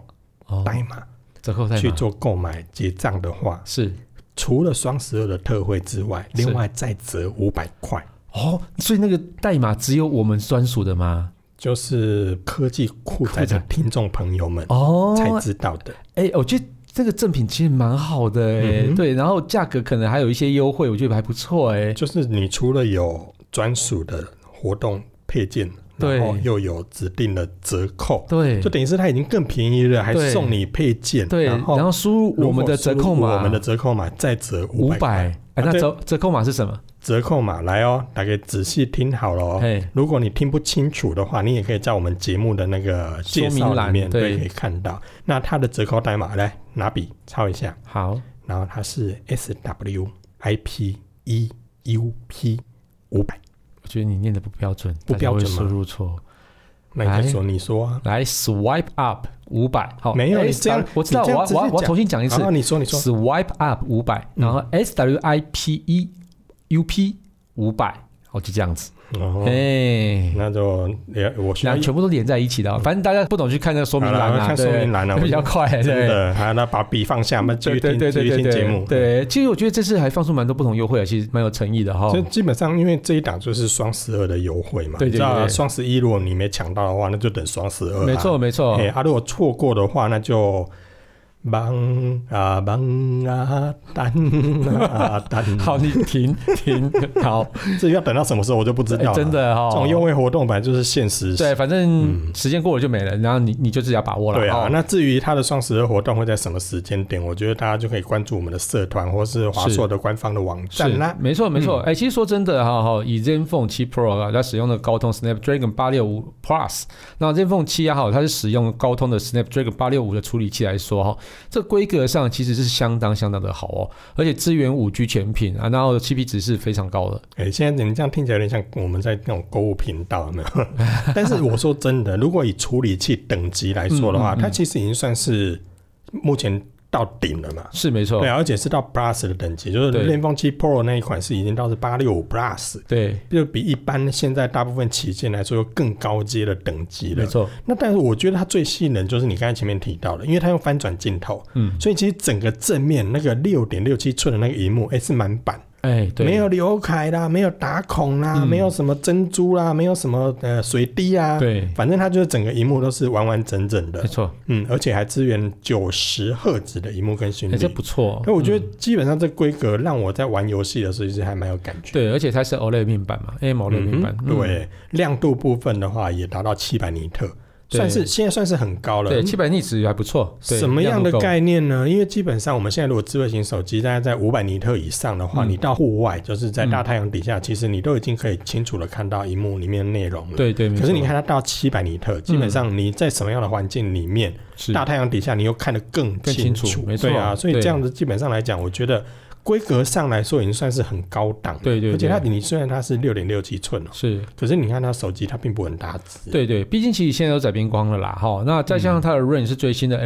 S1: 哦
S2: 代码
S1: 折扣代码
S2: 去做购买结账的话，
S1: 是
S2: 除了双十二的特惠之外，
S1: 是
S2: 另外再折五百块，
S1: 哦，所以那个代码只有我们专属的吗？
S2: 就是科技酷宅
S1: 酷
S2: 的
S1: 宅
S2: 听众朋友们
S1: 哦，
S2: 才知道的。
S1: 哎、我觉得这个赠品其实蛮好的哎、
S2: 嗯哼
S1: 对，然后价格可能还有一些优惠，我觉得还不错哎、
S2: 就是你除了有专属的活动配件，
S1: 对
S2: 然后又有指定的折扣，
S1: 对
S2: 就等于是它已经更便宜了，还
S1: 对
S2: 送你配件，
S1: 对，
S2: 然后
S1: 然后输入
S2: 如果
S1: 我们的折扣
S2: 输入
S1: 码，
S2: 我们的折扣码再折五
S1: 五
S2: 百
S1: 百，哎，那
S2: 啊对
S1: 折折扣码是什么？
S2: 折扣码来哦，大家仔细听好了哦。
S1: 哎，
S2: 如果你听不清楚的话，你也可以在我们节目的那个介绍里面
S1: 说明栏对
S2: 可以看到。那它的折扣代码来拿笔抄一下，
S1: 好，
S2: 然后它是 S W I P E U P 五百。
S1: 我觉得你念的不标准，
S2: 不
S1: 大家会
S2: 标准吗
S1: 输入错。
S2: 那你再说，你说啊。
S1: 来 swipe up 五百，好，
S2: 没有
S1: 哎
S2: 你这样
S1: 我知道，
S2: 你
S1: 我
S2: 这
S1: 要
S2: 样
S1: 我要我要
S2: 直接讲
S1: 重新讲一次
S2: 然后啊你说，你说，嗯
S1: ，swipe up 五百，然后 S W I P E U P 五百，好，就这样子，
S2: 哦，
S1: 哎。
S2: 那就也我需要
S1: 那
S2: 一嗯
S1: 全部都连在一起的哦，反正大家不懂去看那个说明栏
S2: 好
S1: 啊，
S2: 啦看
S1: 对
S2: 说明栏啊
S1: 会比较快，
S2: 真
S1: 哎对。
S2: 的，啊好，那把笔放下，我们继
S1: 对
S2: 续
S1: 对
S2: 听，
S1: 对
S2: 继
S1: 对对
S2: 续听节
S1: 对
S2: 目。，
S1: 对，其实我觉得这次还放出蛮多不同优惠啊，其实蛮有诚意的哈
S2: 所。以基本上因为这一档就是双十二的优惠嘛，
S1: 哦对
S2: 你
S1: 对
S2: 知道啊
S1: 对
S2: 双十一如果你没抢到的话，那就等双十二。
S1: 没错，没错
S2: 哎，，啊，如果错过的话，那就。忙啊忙啊，单啊单，
S1: 好，，你停停，好，
S2: 这要等到什么时候我就不知道
S1: 哎
S2: 了。
S1: 真，的
S2: 这
S1: 哈
S2: 种，优惠活动本来就是限时。
S1: 对，反正时间过了就没了，然后你你就自己要把握了。
S2: 对啊
S1: 哦，
S2: 那至于它的双十二活动会在什么时间点，我觉得大家就可以关注我们的社团或是华硕的官方的网
S1: 是
S2: 站啦。嗯
S1: 没错没错。哎、其实说真的哈哈，以 ZenFone 7 Pro 啊，它使用的高通 Snapdragon 865 Plus，那 ZenFone 7啊哈，它是使用高通的 Snapdragon 865的处理器来说哈，这规格上其实是相当相当的好哦，而且支援5 G 全频啊，然后 CP 值是非常高的。
S2: 哎、现在你这样听起来有点像我们在那种购物频 道，有没有？但是我说真的，如果以处理器等级来说的话，
S1: 嗯嗯嗯
S2: 它其实已经算是目前到顶了嘛。
S1: 是没错
S2: 对，，啊而且是到 Plus 的等级，就是
S1: 哦对
S2: 联风七 Pro 那一款是已经到是八六五 Plus，
S1: 对，
S2: 就比一般现在大部分旗舰来说又更高阶的等级了
S1: 没。错，
S2: 那但是我觉得它最吸引人就是你刚才前面提到的，因为它用翻转镜头，
S1: 嗯，
S2: 所以其实整个正面那个六点六七寸的那个荧幕，哎、是满版，
S1: 哎、对，
S2: 没有刘海啦，没有打孔啦，
S1: 嗯
S2: 没有什么珍珠啦，没有什么呃水滴啊，，
S1: 对，哎
S2: 反正它就是整个荧幕都是完完整整
S1: 没
S2: 的，
S1: 错，
S2: 嗯，而且还支援九十赫兹的荧幕更新
S1: 哎、
S2: 率
S1: 这。不错。
S2: 那、我觉
S1: 嗯
S2: 得基本上这规格让我在玩游戏的时候，其实还蛮有感觉。
S1: 对，而且它是 OLED E 面板嘛，AMOLED 面板，
S2: 嗯
S1: 嗯
S2: 哼对亮度部分的话也达到七百尼特，
S1: 对
S2: 算是现在算是很高了。
S1: 对，七百逆子还不错。对
S2: 什么样的
S1: 量够
S2: 概念呢？因为基本上我们现在如果智慧型手机大概在五百尼特以上的话，
S1: 嗯
S2: 你到户外就是在
S1: 嗯
S2: 大太阳底下，其实你都已经可以清楚的看到荧幕里面的内容了。。
S1: 对对，没
S2: 可是
S1: 错嗯
S2: 你看，它到七百尼特，基本上你在什么样的环境里面，
S1: 是
S2: 大太阳底下你又看得更
S1: 更
S2: 清
S1: 清楚没错
S2: 对啊，所以
S1: 对
S2: 这样子基本上来讲，我觉得规格上来说已经算是很高档了。
S1: 对对对
S2: 而且它你虽然它是六点六七寸哦，
S1: 是
S2: 可是你看它手机它并不很大只。
S1: 对对，毕竟其实现在都窄边框了啦，哈。那再
S2: 嗯
S1: 加上它的 RAM 是最新的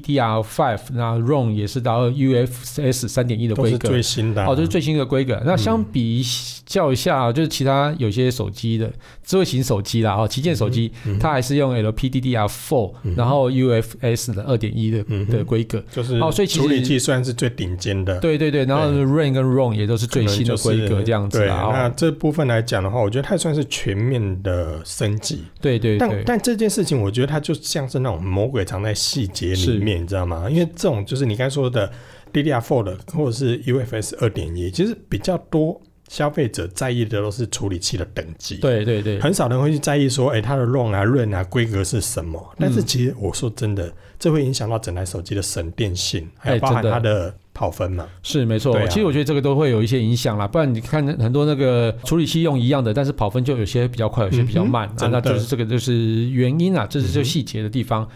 S1: LPDDR5，那 ROM 也是到 UFS 三点一的
S2: 都
S1: 规
S2: 是
S1: 格，
S2: 最新的啊、
S1: 哦，这是最新的规格。
S2: 嗯
S1: 那相比较一下，啊就是其他有些手机的智慧型手机啦，哦，旗舰手机，
S2: 嗯
S1: 它还是用 LPDDR4，、
S2: 嗯
S1: 然后 UFS 的二点一的、
S2: 嗯哼
S1: 的规格。
S2: 就是
S1: 哦所以其实
S2: 处理器虽然是最顶尖的，
S1: 对对对，然后 RAM 跟 ROM 也都是最新的规格这样子
S2: 对，
S1: 啦。
S2: 那
S1: 哦
S2: 这部分来讲的话，我觉得它算是全面的升级。
S1: 对对
S2: 但
S1: 对，
S2: 但这件事情，我觉得它就像是那种魔鬼藏在细节里面，你知道吗？因为这种就是你刚才说的 DDR4 的或者是 UFS 二点一，其实比较多消费者在意的都是处理器的等级。。
S1: 对对对，
S2: 很少人会去在意说，哎、它的 ROM 啊、润啊、规格是什么？但是
S1: 嗯
S2: 其实我说真的，这会影响到整台手机的省电性，还有
S1: 哎
S2: 包含
S1: 真的
S2: 它的跑分嘛。
S1: 是没错。
S2: 对啊
S1: 其实我觉得这个都会有一些影响啦，不然你看很多那个处理器用一样的，但是跑分就有些比较快，有些比较慢，
S2: 嗯哼
S1: 啊
S2: 真的嗯
S1: 那就是这个就是原因啊，这是就细节的地方。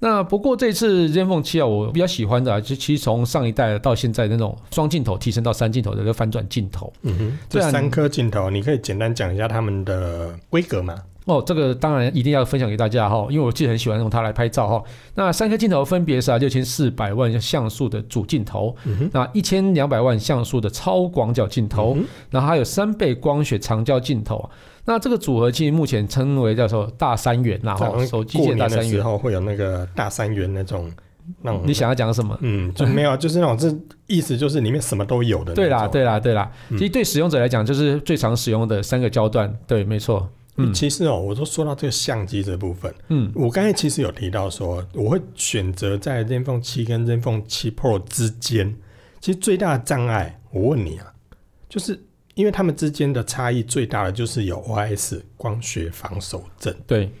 S1: 那不过这次 ZenFone 7啊，我比较喜欢的啊，就其实从上一代到现在那种双镜头提升到三镜头的这个反转镜头
S2: 嗯哼，
S1: 对
S2: 这
S1: 啊
S2: 三颗镜头，你可以简单讲一下它们的规格吗？
S1: 哦，这个当然一定要分享给大家哈、因为我自己很喜欢用它来拍照哈、那三颗镜头分别是啊六千四百万像素的主镜头，
S2: 嗯哼，
S1: 那一千两百万像素的超广角镜头，
S2: 嗯
S1: 然后还有三倍光学长焦镜头。啊那这个组合其实目前称为叫做大三元啦，
S2: 好
S1: 哈，
S2: 像
S1: 手机
S2: 过
S1: 界大
S2: 年的
S1: 三
S2: 时
S1: 元。
S2: 候会有那个大三元那种，那种
S1: 你，想要讲什么？
S2: 嗯，就没有啊，就是那种，这意思就是里面什么都有的。
S1: 对啦，，对啦，对啦。
S2: 嗯
S1: 其实对使用者来讲，就是最常使用的三个焦段。对，没错。嗯
S2: 其实哦，我都说到这个相机这部分，
S1: 嗯，
S2: 我刚才其实有提到说，我会选择在 ZenFone 7跟 ZenFone 7 Pro 之间，其实最大的障碍，我问你啊，就是因为它们之间的差异最大的就是有 OIS 光学防手震。
S1: 对。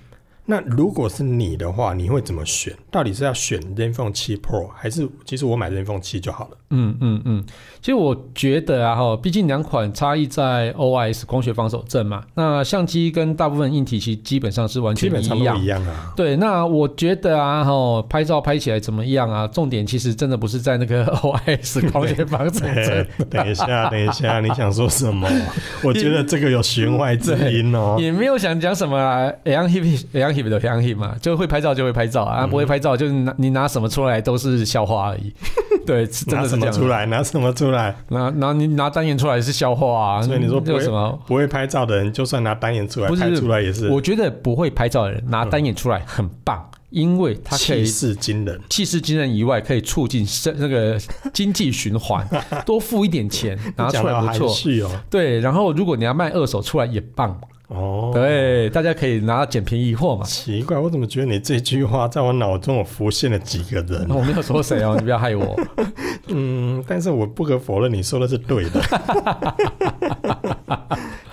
S2: 那如果是你的话，你会怎么选？到底是要选 ZenFone 7 Pro，还是其实我买 ZenFone 7就好了？
S1: 嗯嗯嗯，其实我觉得啊哈，毕竟两款差异在 OIS 光学防守阵嘛，那相机跟大部分硬体其实基本上是完全
S2: 基本上
S1: 一
S2: 都
S1: 样
S2: 一。样啊。
S1: 对，那我觉得啊，哈，拍照拍起来怎么样啊？重点其实真的不是在那个 OIS 光学防守阵，
S2: 对 等一下，等一下，你想说什么？我觉得这个有弦外之音哦。
S1: 也没有想讲什么啊啦。Young hip young hip 的 young hip 嘛，就会拍照就会拍照
S2: 嗯
S1: 啊，不会拍照就是拿你拿什么出来都是笑话 而已。 对，是真
S2: 拿
S1: 的是
S2: 什
S1: 这
S2: 么
S1: 样啊
S2: 出
S1: 的。
S2: 来？拿什么出来？
S1: 拿拿你拿单眼出来是笑话啊，
S2: 所以你说不
S1: 有
S2: 会
S1: 什么？
S2: 不会拍照的人，就算拿单眼出来
S1: 不是
S2: 拍出来也是
S1: 我觉得不会拍照的人拿单眼出来很棒，因为他可
S2: 气
S1: 以
S2: 势惊人。
S1: 气势惊人以外，可以促进生那个经济循环， 多付一点 钱拿出来不
S2: 讲得好含
S1: 错。
S2: 蓄哦。
S1: 对，然后如果你要卖二手出来也棒，
S2: 哦，，
S1: 对，大家可以拿到捡便宜货嘛。
S2: 奇怪，我怎么觉得你这句话在我脑中有浮现了几个人？
S1: 我没有说谁哦，你不要害我。
S2: 嗯，但是我不可否认，你说的是对 的。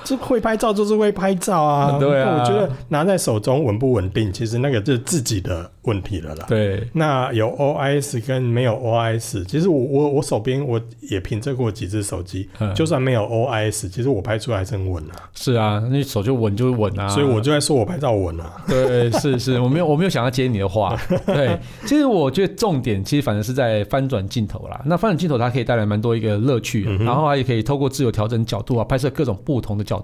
S2: 这会拍照就是会拍照啊，
S1: 对啊
S2: 我觉得拿在手中稳不稳定，其实那个就是自己的问题了啦。
S1: 对，
S2: 那有 OIS 跟没有 OIS，其实我我我手边我也评测过几只手机，
S1: 嗯
S2: 就算没有 OIS，其实我拍出来还是很稳啊，
S1: 是啊，那手就稳就稳啊。
S2: 所以我就在说我拍照稳啊。
S1: 对，是是，我没有我没有想要接你的 话。对，其实我觉得重点其实反正是在翻转镜头啦。那翻转镜头它可以带来蛮多一个乐趣，
S2: 嗯哼
S1: 然后它也可以透过自由调整角度啊，拍摄各种不同的角度。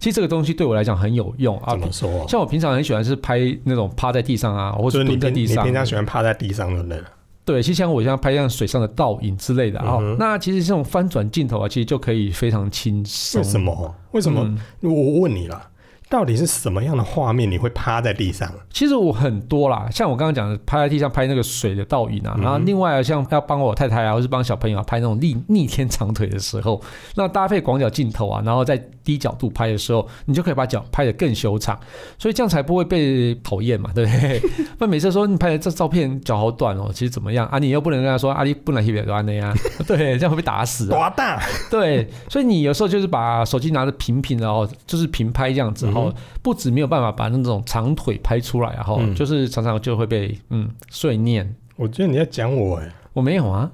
S1: 其实这个东西对我来讲很有用啊
S2: 怎。么说、
S1: 像我平常很喜欢是拍那种趴在地上啊，或
S2: 就
S1: 者
S2: 是你
S1: 蹲在
S2: 平
S1: 地
S2: 你
S1: 上。
S2: 平常喜欢趴在地上的人，
S1: 对，其实像我像拍像水上的倒影之类的啊、
S2: 嗯哼
S1: 那其实这种翻转镜头啊，其实就可以非常轻松。
S2: 为什？么？为什么？
S1: 嗯
S2: 我我问你啦，到底是什么样的画面你会趴在地上？
S1: 其实我很多啦，像我刚刚讲的，拍在地上拍那个水的倒影啊，
S2: 嗯
S1: 然后另外像要帮我太太啊，或是帮小朋友啊拍那种逆逆天长腿的时候，那搭配广角镜头啊，然后在低角度拍的时候，你就可以把脚拍得更修长，所以这样才不会被讨厌嘛，对不对？ 那每次说你拍的这照片脚好短哦，其实怎么样啊？你又不能跟他说啊，你不能特别短的呀，对，这样会被 打死啊。
S2: 多大？
S1: 对，所以你有时候就是把手机拿着平平的哦，就是平拍这样子哦，后不止没有办法把那种长腿拍出来啊，哈、
S2: 嗯
S1: 就是常常就会被嗯碎念。
S2: 我觉得你在讲我哎、
S1: 我没有啊，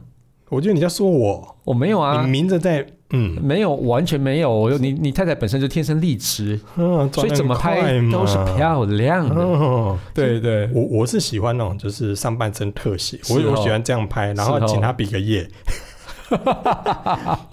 S2: 我觉得你在说我，
S1: 我没有啊
S2: 你，明着在嗯
S1: 没有，完全没有。我你你太太本身就天生丽质，
S2: 嗯，
S1: 所以怎么拍都是
S2: 亮
S1: 漂亮的。
S2: 哦，
S1: 对对，
S2: 我我是喜欢那种就是上半身特写，我
S1: 是哦
S2: 我喜欢这样拍，然后
S1: 是哦
S2: 请他比 个耶，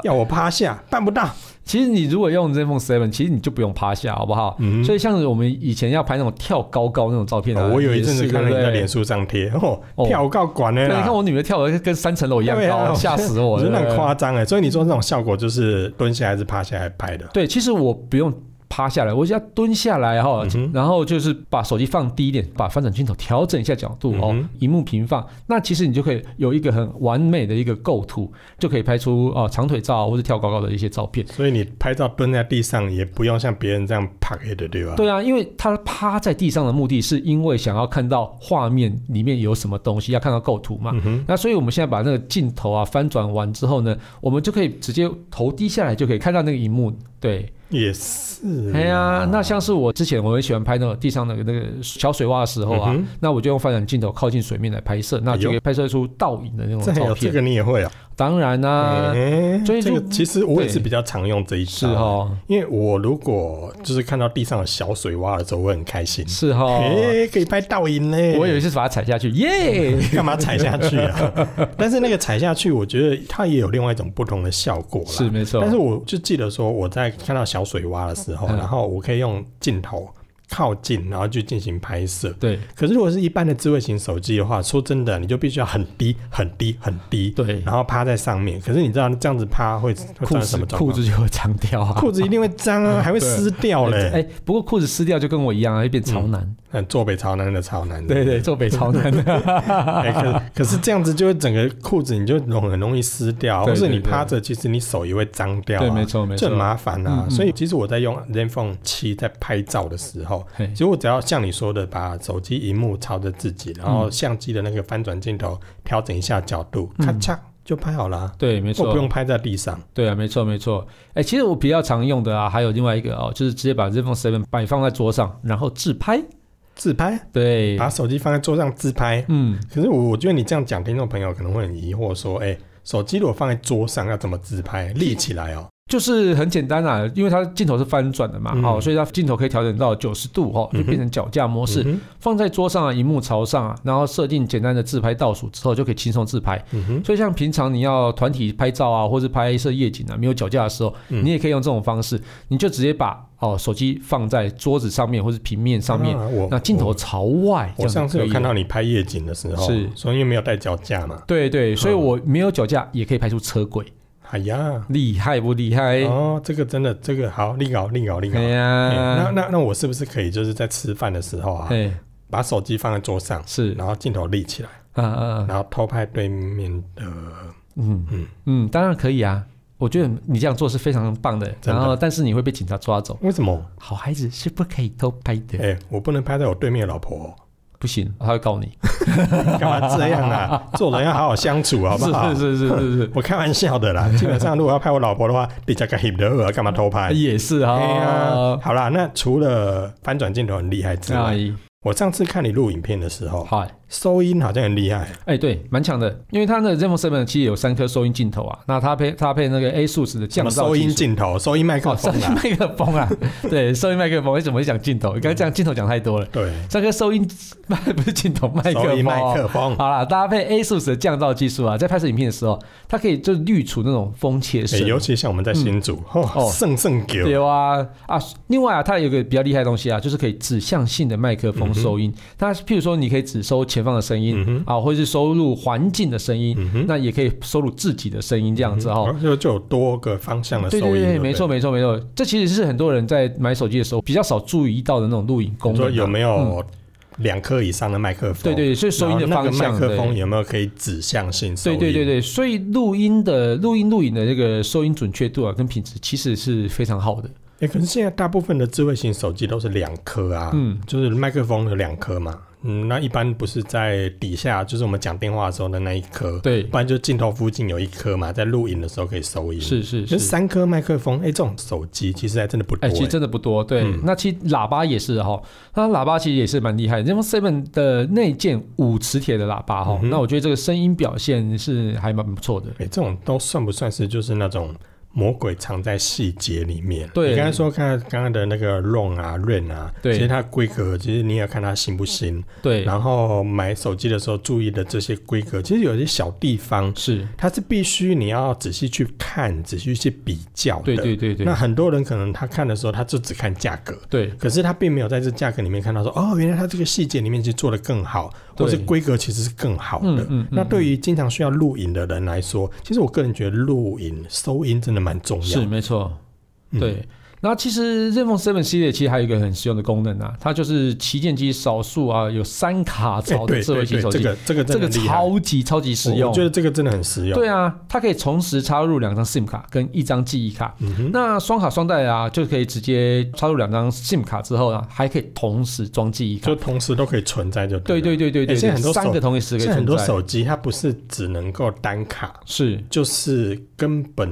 S2: 要我趴下办不到，
S1: 其实你如果用 ZenFone 7，其实你就不用趴下，好不好？
S2: 嗯
S1: 所以像是我们以前要拍那种跳高高那种照片啊，
S2: 哦我有一阵子看到你在脸
S1: 书，
S2: 书上贴，哦
S1: 哦，
S2: 跳高管的
S1: 对，你
S2: 啦
S1: 看，我女儿跳的跟三层楼一样
S2: 对啊
S1: 高，吓死我
S2: 我
S1: 了，
S2: 觉得
S1: 对
S2: 很夸张哎，所以你说那种效果就是蹲下还是趴下来拍的，
S1: 对，其实我不用趴下来，我只要蹲下来哈、
S2: 嗯哼
S1: 然后就是把手机放低一点，把翻转镜头调整一下角度哦
S2: 嗯哼，
S1: 荧、幕平放，那其实你就可以有一个很完美的一个构图，就可以拍出哦、呃长腿照或者跳高高的一些照片。
S2: 所以你拍照蹲在地上也不用像别人这样趴的，对吧？
S1: 对啊，因为他趴在地上的目的是因为想要看到画面里面有什么东西，要看到构图嘛。
S2: 嗯哼，
S1: 那所以我们现在把那个镜头啊翻转完之后呢，我们就可以直接头低下来，就可以看到那个荧幕。对，
S2: 也是。
S1: 哎呀，那像是我之前我很喜欢拍那种地上的那个小水洼的时候啊，
S2: 嗯哼哎
S1: 那我就用翻转镜头靠近水面来拍摄，那就可以拍摄出倒影的那 种
S2: 这还有
S1: 照
S2: 这
S1: 片。
S2: 个你也会啊？
S1: 当然啦、
S2: 哎
S1: 所以
S2: 这
S1: 就
S2: 个其实我也
S1: 对
S2: 是比较常用这一招，
S1: 是哦，
S2: 因为我如果就是看到地上有小水洼的时候，我会很开心。
S1: 是哈、
S2: 哎、可以拍倒影嘞！
S1: 我有一次把它踩下去，耶、
S2: 干嘛踩下去 啊？但是那个踩下去，我觉得它也有另外一种不同的效果啦。
S1: 是没错
S2: 但。是我就记得说，我在看到小水洼的时候，
S1: 啊嗯
S2: 然后我可以用镜头靠近，然后去进行拍摄。
S1: 对
S2: 可是如果是一般的智慧型手机的话，说真的，你就必须要很低、很低、很低，
S1: 对，
S2: 然后趴在上面。可是你知道这样子趴会啊会造
S1: 裤
S2: 成什
S1: 子
S2: 么状
S1: 裤
S2: 况？
S1: 子就会脏掉啊。
S2: 裤子 一定会脏啊，还会湿掉嘞。
S1: 哎、不过裤子撕掉就跟我一样啊，会变潮男。
S2: 嗯，坐北朝南的朝南的。
S1: 对对，做北潮 男。
S2: 哎、可可是这样子就会整个裤子你就容很容易湿掉，
S1: 对对
S2: 或是你
S1: 对
S2: 趴着，其实你手也会脏掉、啊。
S1: 对，没错没
S2: 这
S1: 错
S2: 很。麻烦
S1: 嗯
S2: 啊。
S1: 嗯
S2: 所以其实我在用 ZenFone 七在拍照的时候，
S1: 嘿
S2: 其实我只要像你说的，把手机荧幕朝着自己，然后相机的那个翻转镜头调整一下角度，
S1: 嗯
S2: 咔嚓就拍好了啊。
S1: 对，没
S2: 我
S1: 错。
S2: 不用拍在地上，
S1: 对啊，没错没错。哎，其实我比较常用的啊，还有另外一个哦，就是直接把 ZenFone 7摆放在桌上，然后自拍。
S2: 自拍，
S1: 对，
S2: 把手机放在桌上自拍。
S1: 嗯，
S2: 可是我我觉得你这样讲，听众朋友可能会很疑惑，说：“哎、手机如果放在桌上要怎么自拍？立起来哦。
S1: 就是很简单啊，因为它镜头是翻转的嘛，
S2: 嗯
S1: 哦，所以它镜头可以调整到九十度哦，就变成脚架模式，
S2: 嗯
S1: 放在桌上啊，荧幕朝上啊，然后设定简单的自拍倒数之后，就可以轻松自拍。
S2: 哼，嗯哼，
S1: 所以像平常你要团体拍照啊，或是拍摄夜景啊，没有脚架的时候，
S2: 嗯
S1: 你也可以用这种方式，你就直接把哦手机放在桌子上面或是平面上面，
S2: 啊我
S1: 那镜头
S2: 我
S1: 朝外。这样就
S2: 我上次有
S1: 可以
S2: 看
S1: 了
S2: 到你拍夜景的时候，
S1: 是
S2: 所以因为没有带脚架嘛。
S1: 对对，所以我没有脚架也可以拍出车轨，
S2: 哎呀，
S1: 厉害不厉害？
S2: 哦，这个真的，这个好，立搞立搞立搞。
S1: 哎
S2: 哎那
S1: 呀，
S2: 那那我是不是可以就是在吃饭的时候啊，
S1: 哎
S2: 把手机放在桌上，
S1: 是
S2: 然后镜头立起来，
S1: 啊啊，啊
S2: 然后偷拍对面的？
S1: 嗯
S2: 嗯
S1: 嗯嗯，当然可以啊。我觉得你这样做是非常棒的，
S2: 真的
S1: 然后但是你会被警察抓走。
S2: 为什么？
S1: 好孩子是不可以偷拍的，
S2: 哎，我不能拍在我对面的老婆，
S1: 不行，他会告你。
S2: 干嘛这 样啊？做人要好好相处，好不好？
S1: 是是是是是
S2: 我开玩笑 的啦，基本上如果要拍我老婆的话，你加个 hip 的二，干嘛偷拍
S1: 是，？也是
S2: 哎呀
S1: 啊，。
S2: 好啦，那除了翻转镜头很厉害之
S1: 阿
S2: 外，
S1: 姨，
S2: 我上次看你录影片的时候，
S1: 嗨，
S2: 收音好像很厉害。
S1: 哎，对，蛮强的，因为它的 ZenFone 7其实有三颗收音镜头啊，那它配它配那个 A 数值的
S2: 什
S1: 降
S2: 么
S1: 噪
S2: 收音
S1: 技术
S2: 镜头、收音麦克
S1: 哦，收
S2: 风
S1: 音
S2: 啊？
S1: 麦克风 啊，对，收音麦克风，为什么会讲镜头？刚刚讲镜头讲太多了，
S2: 对，
S1: 这个收音麦不是镜头麦克
S2: 收音
S1: 风
S2: 麦
S1: 哦。
S2: 克风。
S1: 好啦，搭配 A 数值的降噪技术啊，在拍摄影片的时候，它可以就滤除那种风切
S2: 哎
S1: 声，
S2: 尤其像我们在新竹，哦
S1: 哦，
S2: 圣圣狗，
S1: 对啊啊。另外啊，它有一个比较厉害的东西啊，就是可以指向性的麦克风收音。那譬如说，你可以只收前方的声音、
S2: 嗯嗯哼，
S1: 啊，或者是收录环境的声音，
S2: 嗯哼，
S1: 那也可以收录自己的声音这样子哦。
S2: 嗯就就有多个方向啊的收
S1: 对
S2: 音，
S1: 对
S2: 对
S1: 对，
S2: 不
S1: 没错。没错没错，这其实是很多人在买手机的时候比较少注意到的那种录影功
S2: 你
S1: 能啊、
S2: 说有没有两颗以上的麦克风？
S1: 对对，所以收音的
S2: 然后
S1: 方
S2: 那个
S1: 向
S2: 麦克风
S1: 对
S2: 有没有可以指向性收
S1: 对
S2: 音？
S1: 对对对，所以录音的录音录影的这个收音准确度啊，跟品质其实是非常好的。
S2: 哎、可是现在大部分的智慧型手机都是两颗啊，
S1: 嗯，
S2: 就是麦克风有两颗嘛，嗯，那一般不是在底下，就是我们讲电话的时候的那一颗，
S1: 对，
S2: 不然就镜头附近有一颗嘛，在录影的时候可以收音。，
S1: 是是。
S2: 就是三颗麦克风，哎、这种手机其实还真的不多、
S1: 哎、
S2: 哎
S1: 其实真的不多，对。
S2: 嗯
S1: 那其实喇叭也是哈，那喇叭其实也是蛮厉害的。iPhone Seven 的内建五磁铁的喇叭哈
S2: 嗯、哼
S1: 那我觉得这个声音表现是还蛮不错的。
S2: 哎、这种都算不算是就是那种魔鬼藏在细节里面？
S1: 对
S2: 你刚才说看刚刚的那个 ROM 啊、RAN 啊，
S1: 对
S2: 其实它规格其实你也要看它新不新，
S1: 对，
S2: 然后买手机的时候注意的这些规格，其实有些小地方
S1: 是，
S2: 它是必须你要仔细去看、仔细去比较的。
S1: 对对对对
S2: 那很多人可能他看的时候，他就只看价格，
S1: 对
S2: 可是他并没有在这价格里面看到说，哦，原来他这个细节里面其实做得更好，
S1: 对
S2: 或是规格其实是更好
S1: 嗯
S2: 的。
S1: 嗯嗯
S2: 那对于经常需要录影的人来说，其实我个人觉得录影、收音真的蛮重要
S1: 是
S2: 的。
S1: 没错，
S2: 嗯
S1: 对。那其实 ZenFone 7系列其实还有一个很实用的功能啊，它就是旗舰机少数啊有三卡
S2: 哎
S1: 槽的
S2: 对
S1: 智慧
S2: 对
S1: 型
S2: 对，
S1: 手
S2: 这
S1: 机，
S2: 个这个
S1: 这
S2: 真的
S1: 个
S2: 很厉害，
S1: 超级超级实
S2: 我
S1: 用
S2: 我觉。得这个真的很实用。
S1: 对啊，它可以同时插入两张 SIM 卡跟一张记忆卡。
S2: 嗯哼，
S1: 那双卡双待啊，就可以直接插入两张 SIM 卡之后啊，还可以同时装记忆卡
S2: 就。同时都可以存在就
S1: 对
S2: 了
S1: 对对对对，
S2: 哎现
S1: 对
S2: 在很多手
S1: 三个同时可以
S2: 现在
S1: 存
S2: 很多
S1: 在。
S2: 手机它不是只能够单卡，
S1: 是，
S2: 就是根本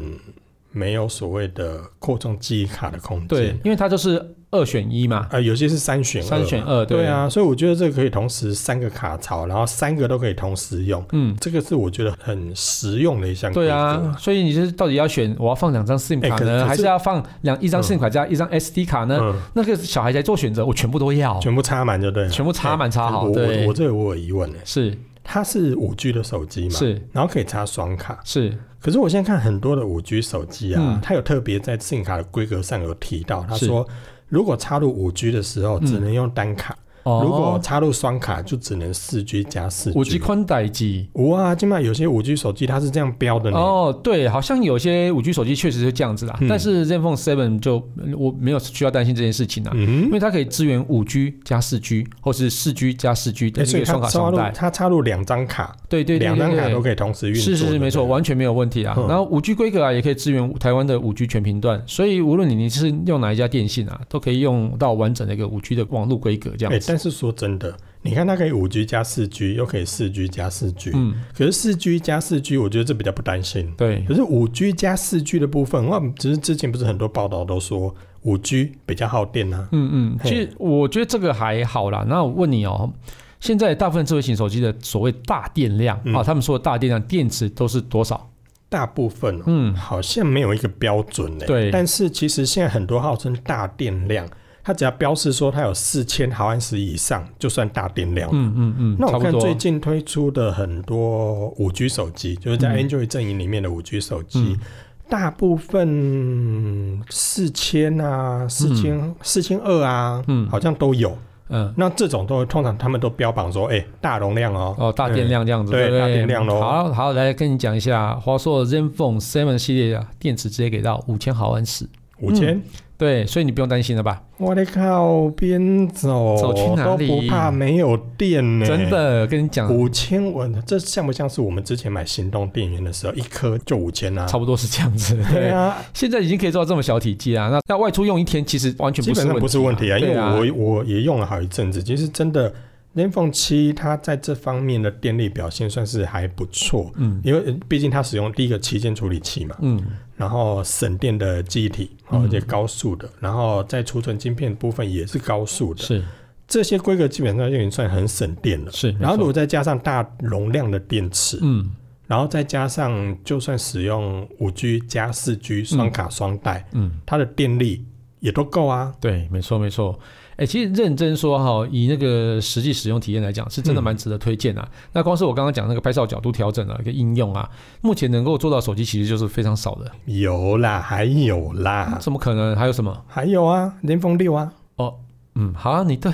S2: 没有所谓的扩充记忆卡的空间。
S1: 对，因为它就是二选一嘛，
S2: 呃，有些是三选二嘛
S1: 三选二，
S2: 对，啊，所以我觉得这个可以同时三个卡槽，然后三个都可以同时用，
S1: 嗯，
S2: 这个是我觉得很实用的一项。
S1: 对啊，，所以你是到底要选我要放两张 SIM
S2: 哎
S1: 卡
S2: 可
S1: 呢，
S2: 可
S1: 还
S2: 是
S1: 是要放两一张
S2: 嗯
S1: SIM 卡加一张 SD 卡呢？
S2: 嗯，
S1: 那个小孩在做选择，我全部都要，
S2: 全部插满就对了。
S1: 全部插满插好，
S2: 我
S1: 对
S2: 我我，这个我有疑问呢，欸
S1: 是
S2: 它是五 G 的手机嘛？。
S1: 是
S2: 然后可以插双卡，
S1: 是，
S2: 可是我现在看很多的五 G 手机啊，
S1: 嗯
S2: 它有特别在 SIM 卡的规格上有提到，他
S1: 是
S2: 说如果插入五 G 的时候
S1: 嗯
S2: 只能用单卡，
S1: 哦，
S2: 如果插入双卡就只能四 G 加四
S1: 五 G 宽带机。
S2: 无啊，今麦有些五 G 手机它是这样标的呢。
S1: 哦，对，好像有些五 G 手机确实是这样子啦，
S2: 嗯
S1: 但是 ZenFone 7就我没有需要担心这件事情啊，
S2: 嗯
S1: 因为它可以支援五 G 加四 G 或是四 G 加四 G 的
S2: 欸、
S1: 这
S2: 所以
S1: 个双
S2: 它
S1: 卡
S2: 插
S1: 双
S2: 入
S1: 待，
S2: 它插入两张卡，
S1: 对对对，
S2: 两张
S1: 对
S2: 卡
S1: 对
S2: 都可以同时运作。
S1: 是是
S2: 对
S1: 是，
S2: 不对
S1: 没错，完全没有问题啊。
S2: 嗯
S1: 然后五 G 规格啊，也可以支援台湾的五 G 全频段，所以无论你你是用哪一家电信啊，都可以用到完整的一个五 G 的网络规格这
S2: 欸
S1: 样子。
S2: 但是说真的，你看它可以五 G 加四 G，又可以四 G 加四 G，、
S1: 嗯，
S2: 可是四 G 加四 G，我觉得这比较不担心。
S1: 对，
S2: 可是五 G 加四 G 的部分，哇，只是之前不是很多报道都说五 G 比较耗电啊。
S1: 嗯嗯，
S2: 嘿
S1: 其实我觉得这个还好啦。那我问你哦，现在大部分智慧型手机的所谓大电量、
S2: 嗯
S1: 啊，他们说的大电量电池都是多少？
S2: 大部分、哦、
S1: 嗯，
S2: 好像没有一个标准呢、欸
S1: 对
S2: 但是其实现在很多号称大电量，它只要标示说它有四千毫安时以上，就算大电量。
S1: 嗯嗯嗯，
S2: 那
S1: 差
S2: 我
S1: 不
S2: 看
S1: 多。
S2: 最近推出的很多五 G 手机，就是在
S1: 嗯
S2: Android 阵营里面的五 G 手机，
S1: 嗯
S2: 大部分四千啊、四千、四千二啊，
S1: 嗯
S2: 好像都有。
S1: 嗯
S2: 那这种都通常他们都标榜说，哎、大容量哦，
S1: 哦，大电量这样子，
S2: 对
S1: 不对
S2: 大电量咯
S1: 好好，来跟你讲一下，华硕 ZenFone 7系列啊，电池直接给到五千毫安时。
S2: 五千、
S1: 对，所以你不用担心了吧？
S2: 我的靠，边走
S1: 走去哪
S2: 都
S1: 里
S2: 不怕没有电呢、
S1: 真。的，跟你讲，
S2: 五千，我这像不像是我们之前买行动电源的时候，一颗就五千啊？
S1: 差不多是这样子。
S2: 对， 啊，
S1: 现在已经可以做到这么小体积啦。那那外出用一天，其实完全
S2: 基
S1: 不是问
S2: 本
S1: 题、
S2: 上不是问题啊，因
S1: 对
S2: 为
S1: 啊
S2: 我我也用了好一阵子，其实真的 z e n f o n 七它在这方面的电力表现算是还不错，
S1: 嗯
S2: 因为呃毕竟它使用第一个旗舰处理器嘛，
S1: 嗯，
S2: 然后省电的记忆体，哦
S1: 嗯
S2: 而且高速的，然后在储存晶片部分也是高速的，
S1: 是
S2: 这些规格基本上就已经算很省电了。
S1: 是。
S2: 然后如
S1: 没错
S2: 果再加上大容量的电池，
S1: 嗯
S2: 然后再加上就算使用五 G 加四 G 双卡双待，
S1: 嗯，
S2: 它的电力也都够啊。
S1: 对，没错没错。哎，其实认真说哈，以那个实际使用体验来讲，是真的蛮值得推荐啊。
S2: 嗯
S1: 那光是我刚刚讲那个拍照角度调整啊，一个应用啊，目前能够做到手机其实就是非常少的。
S2: 有啦，还有啦，
S1: 怎么可能？还有什么？
S2: 还有啊，联峰六啊，
S1: 嗯，好、啊，你对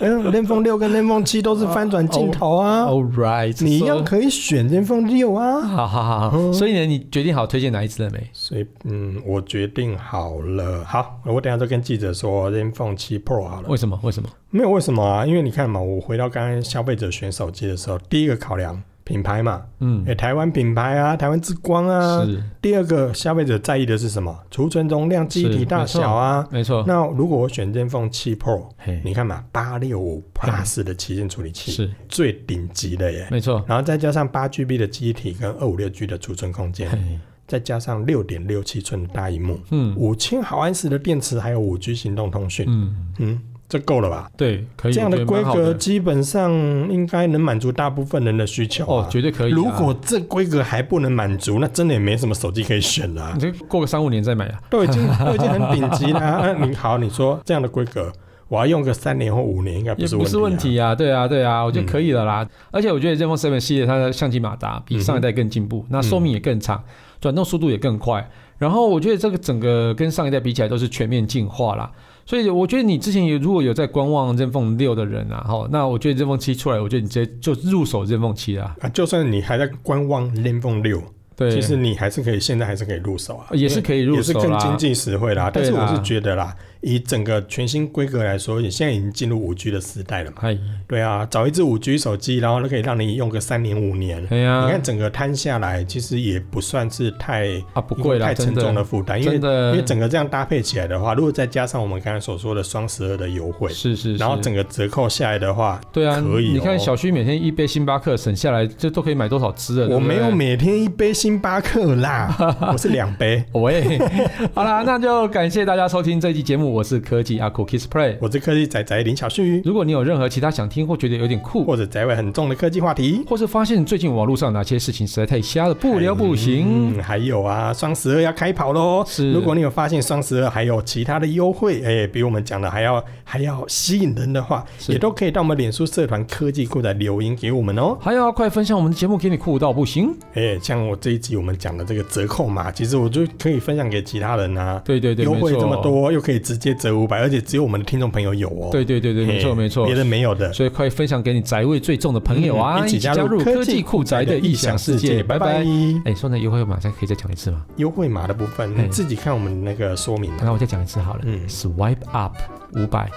S2: 嗯，联峰六跟联峰七都是翻转镜头啊，
S1: ，All right，
S2: 你一样
S1: 说
S2: 可以选联峰六啊。
S1: 好好好好。
S2: 嗯
S1: 所以呢，你决定好推荐哪一支了没？
S2: 所以，嗯，我决定好了，好，我等一下就跟记者说联峰七 Pro 好了。
S1: 为什么？为什么？
S2: 没有为什么啊，因为你看嘛，我回到刚刚消费者选手机的时候，第一个考量品牌嘛，
S1: 嗯
S2: 哎、，台湾品牌啊，台湾之光啊。
S1: 是
S2: 第二个，消费者在意的是什么？储存容量、机
S1: 是
S2: 体大
S1: 没错
S2: 小啊。
S1: 没错，
S2: 那如果我选电风七 Pro，
S1: 嘿，
S2: 你看嘛，八六五 Plus 的旗舰处理器
S1: 是
S2: 最顶级的耶，
S1: 没错，
S2: 然后再加上八 GB 的机体跟二五六 G 的储存空间，
S1: 嘿，
S2: 再加上六点六七寸的大荧幕，
S1: 嗯
S2: 五千毫安时的电池，还有五 G 行动通讯，
S1: 嗯，
S2: 嗯，这够了吧？
S1: 对，可以
S2: 这样
S1: 我觉
S2: 的
S1: 得
S2: 规
S1: 蛮好
S2: 格
S1: 的
S2: 基本上应该能满足大部分人的需求啊、
S1: 哦，绝对可以啊。
S2: 如果这规格还不能满足，那真的也没什么手机可以选了啊、
S1: 你这过个三五年再买啊，
S2: 都已经 都已经很顶级啦、 啊。你好，你说这样的规格，我要用个三年或五年，应该
S1: 也
S2: 是
S1: 不
S2: 问
S1: 是
S2: 题、啊。
S1: 问题啊，对啊，对啊，我觉得
S2: 嗯
S1: 可以了啦。而且我觉得 ZenFone 7系列它的相机马达比上一代更进步，
S2: 嗯
S1: 那寿命也更长，转动速度也更快。然后我觉得这个整个跟上一代比起来都是全面进化啦。所以我觉得你之前也如果有在观望 ZenFone 6的人啊，哈，那我觉得 ZenFone 7出来，我觉得你直接就入手 ZenFone 7啦。
S2: 啊，就算你还在观望 Zenfone 六，
S1: 对，哦
S2: 其实你还是可以，现在还是可以入手啊，
S1: 也是可以入
S2: 也是
S1: 手
S2: 更
S1: 啦
S2: 经。济实惠啦。但是
S1: 对
S2: 我
S1: 啦
S2: 是觉得啦，以整个全新规格来说，你现在已经进入五 G 的时代了嘛？
S1: 哎，
S2: 对啊，找一只五 G 手机，然后可以让你用个三年五年。
S1: 哎呀，
S2: 你看整个摊下来，其实也不算是太
S1: 啊，不贵啦，
S2: 太
S1: 真
S2: 沉重
S1: 的，
S2: 的负担，因为
S1: 真的，
S2: 因为整个这样搭配起来的话，如果再加上我们刚才所说的双十二的优惠，
S1: 是是是，
S2: 然后整个折扣下来的话，
S1: 对啊，
S2: 可以哦
S1: 你看小旭每天一杯星巴克省下来，这都可以买多少支了？对
S2: 我
S1: 不对
S2: 没有。每天一杯星巴克 啦，我是两杯。
S1: 喂， 好啦，那就感谢大家收听这期节目，我是科技阿酷 Kiss Play。
S2: 我是科技仔仔林小旭，
S1: 如果你有任何其他想听或觉得有点酷，
S2: 或者宅味很重的科技话题。
S1: 或是发现最近网络上哪些事情实在太瞎了，不聊不行，
S2: 嗯还有啊，双十二要开跑喽！
S1: 是
S2: 如果你有发现双十二还有其他的优惠，哎、比我们讲的还要还要吸引人的话，
S1: 是
S2: 也都可以到我们脸书社团科技库来留言给我们哦。
S1: 还要快分享我们的节目给你酷到不行。
S2: 哎、像我这一集我们讲的这个折扣码，其实我就可以分享给其他人啊。
S1: 对对对，
S2: 优
S1: 没
S2: 惠
S1: 错，
S2: 这么，多，又可以直接折五百，而且只有我们的听众朋友有哦。
S1: 对对对对，
S2: 嘿，
S1: 没错没错
S2: 别。人没有的。
S1: 所以快分享给你宅味最重的朋友啊，
S2: 嗯
S1: 一起加入科技酷宅的异想世界，拜拜。哎，说那优惠马上可以再讲一次吗？
S2: 优惠码的部分，
S1: 嘿
S2: 你自己看我们那个说明啊。
S1: 那我再讲一次好了。
S2: 嗯
S1: Swipe up 五百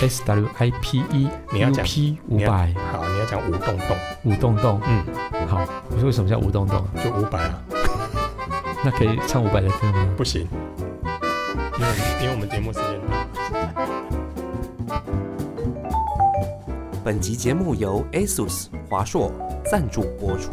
S1: ，S W I P E
S2: 你要
S1: U
S2: 讲
S1: P 五
S2: 你要
S1: 百
S2: 好，你要讲五洞洞，
S1: 五洞洞。
S2: 嗯，
S1: 好，我说为什么叫五洞洞？
S2: 就五百啊，
S1: 那可以唱五百的歌吗？
S2: 不行，因为我们因为我们节目时间到。
S3: 本集节目由 ASUS 华硕赞助播出。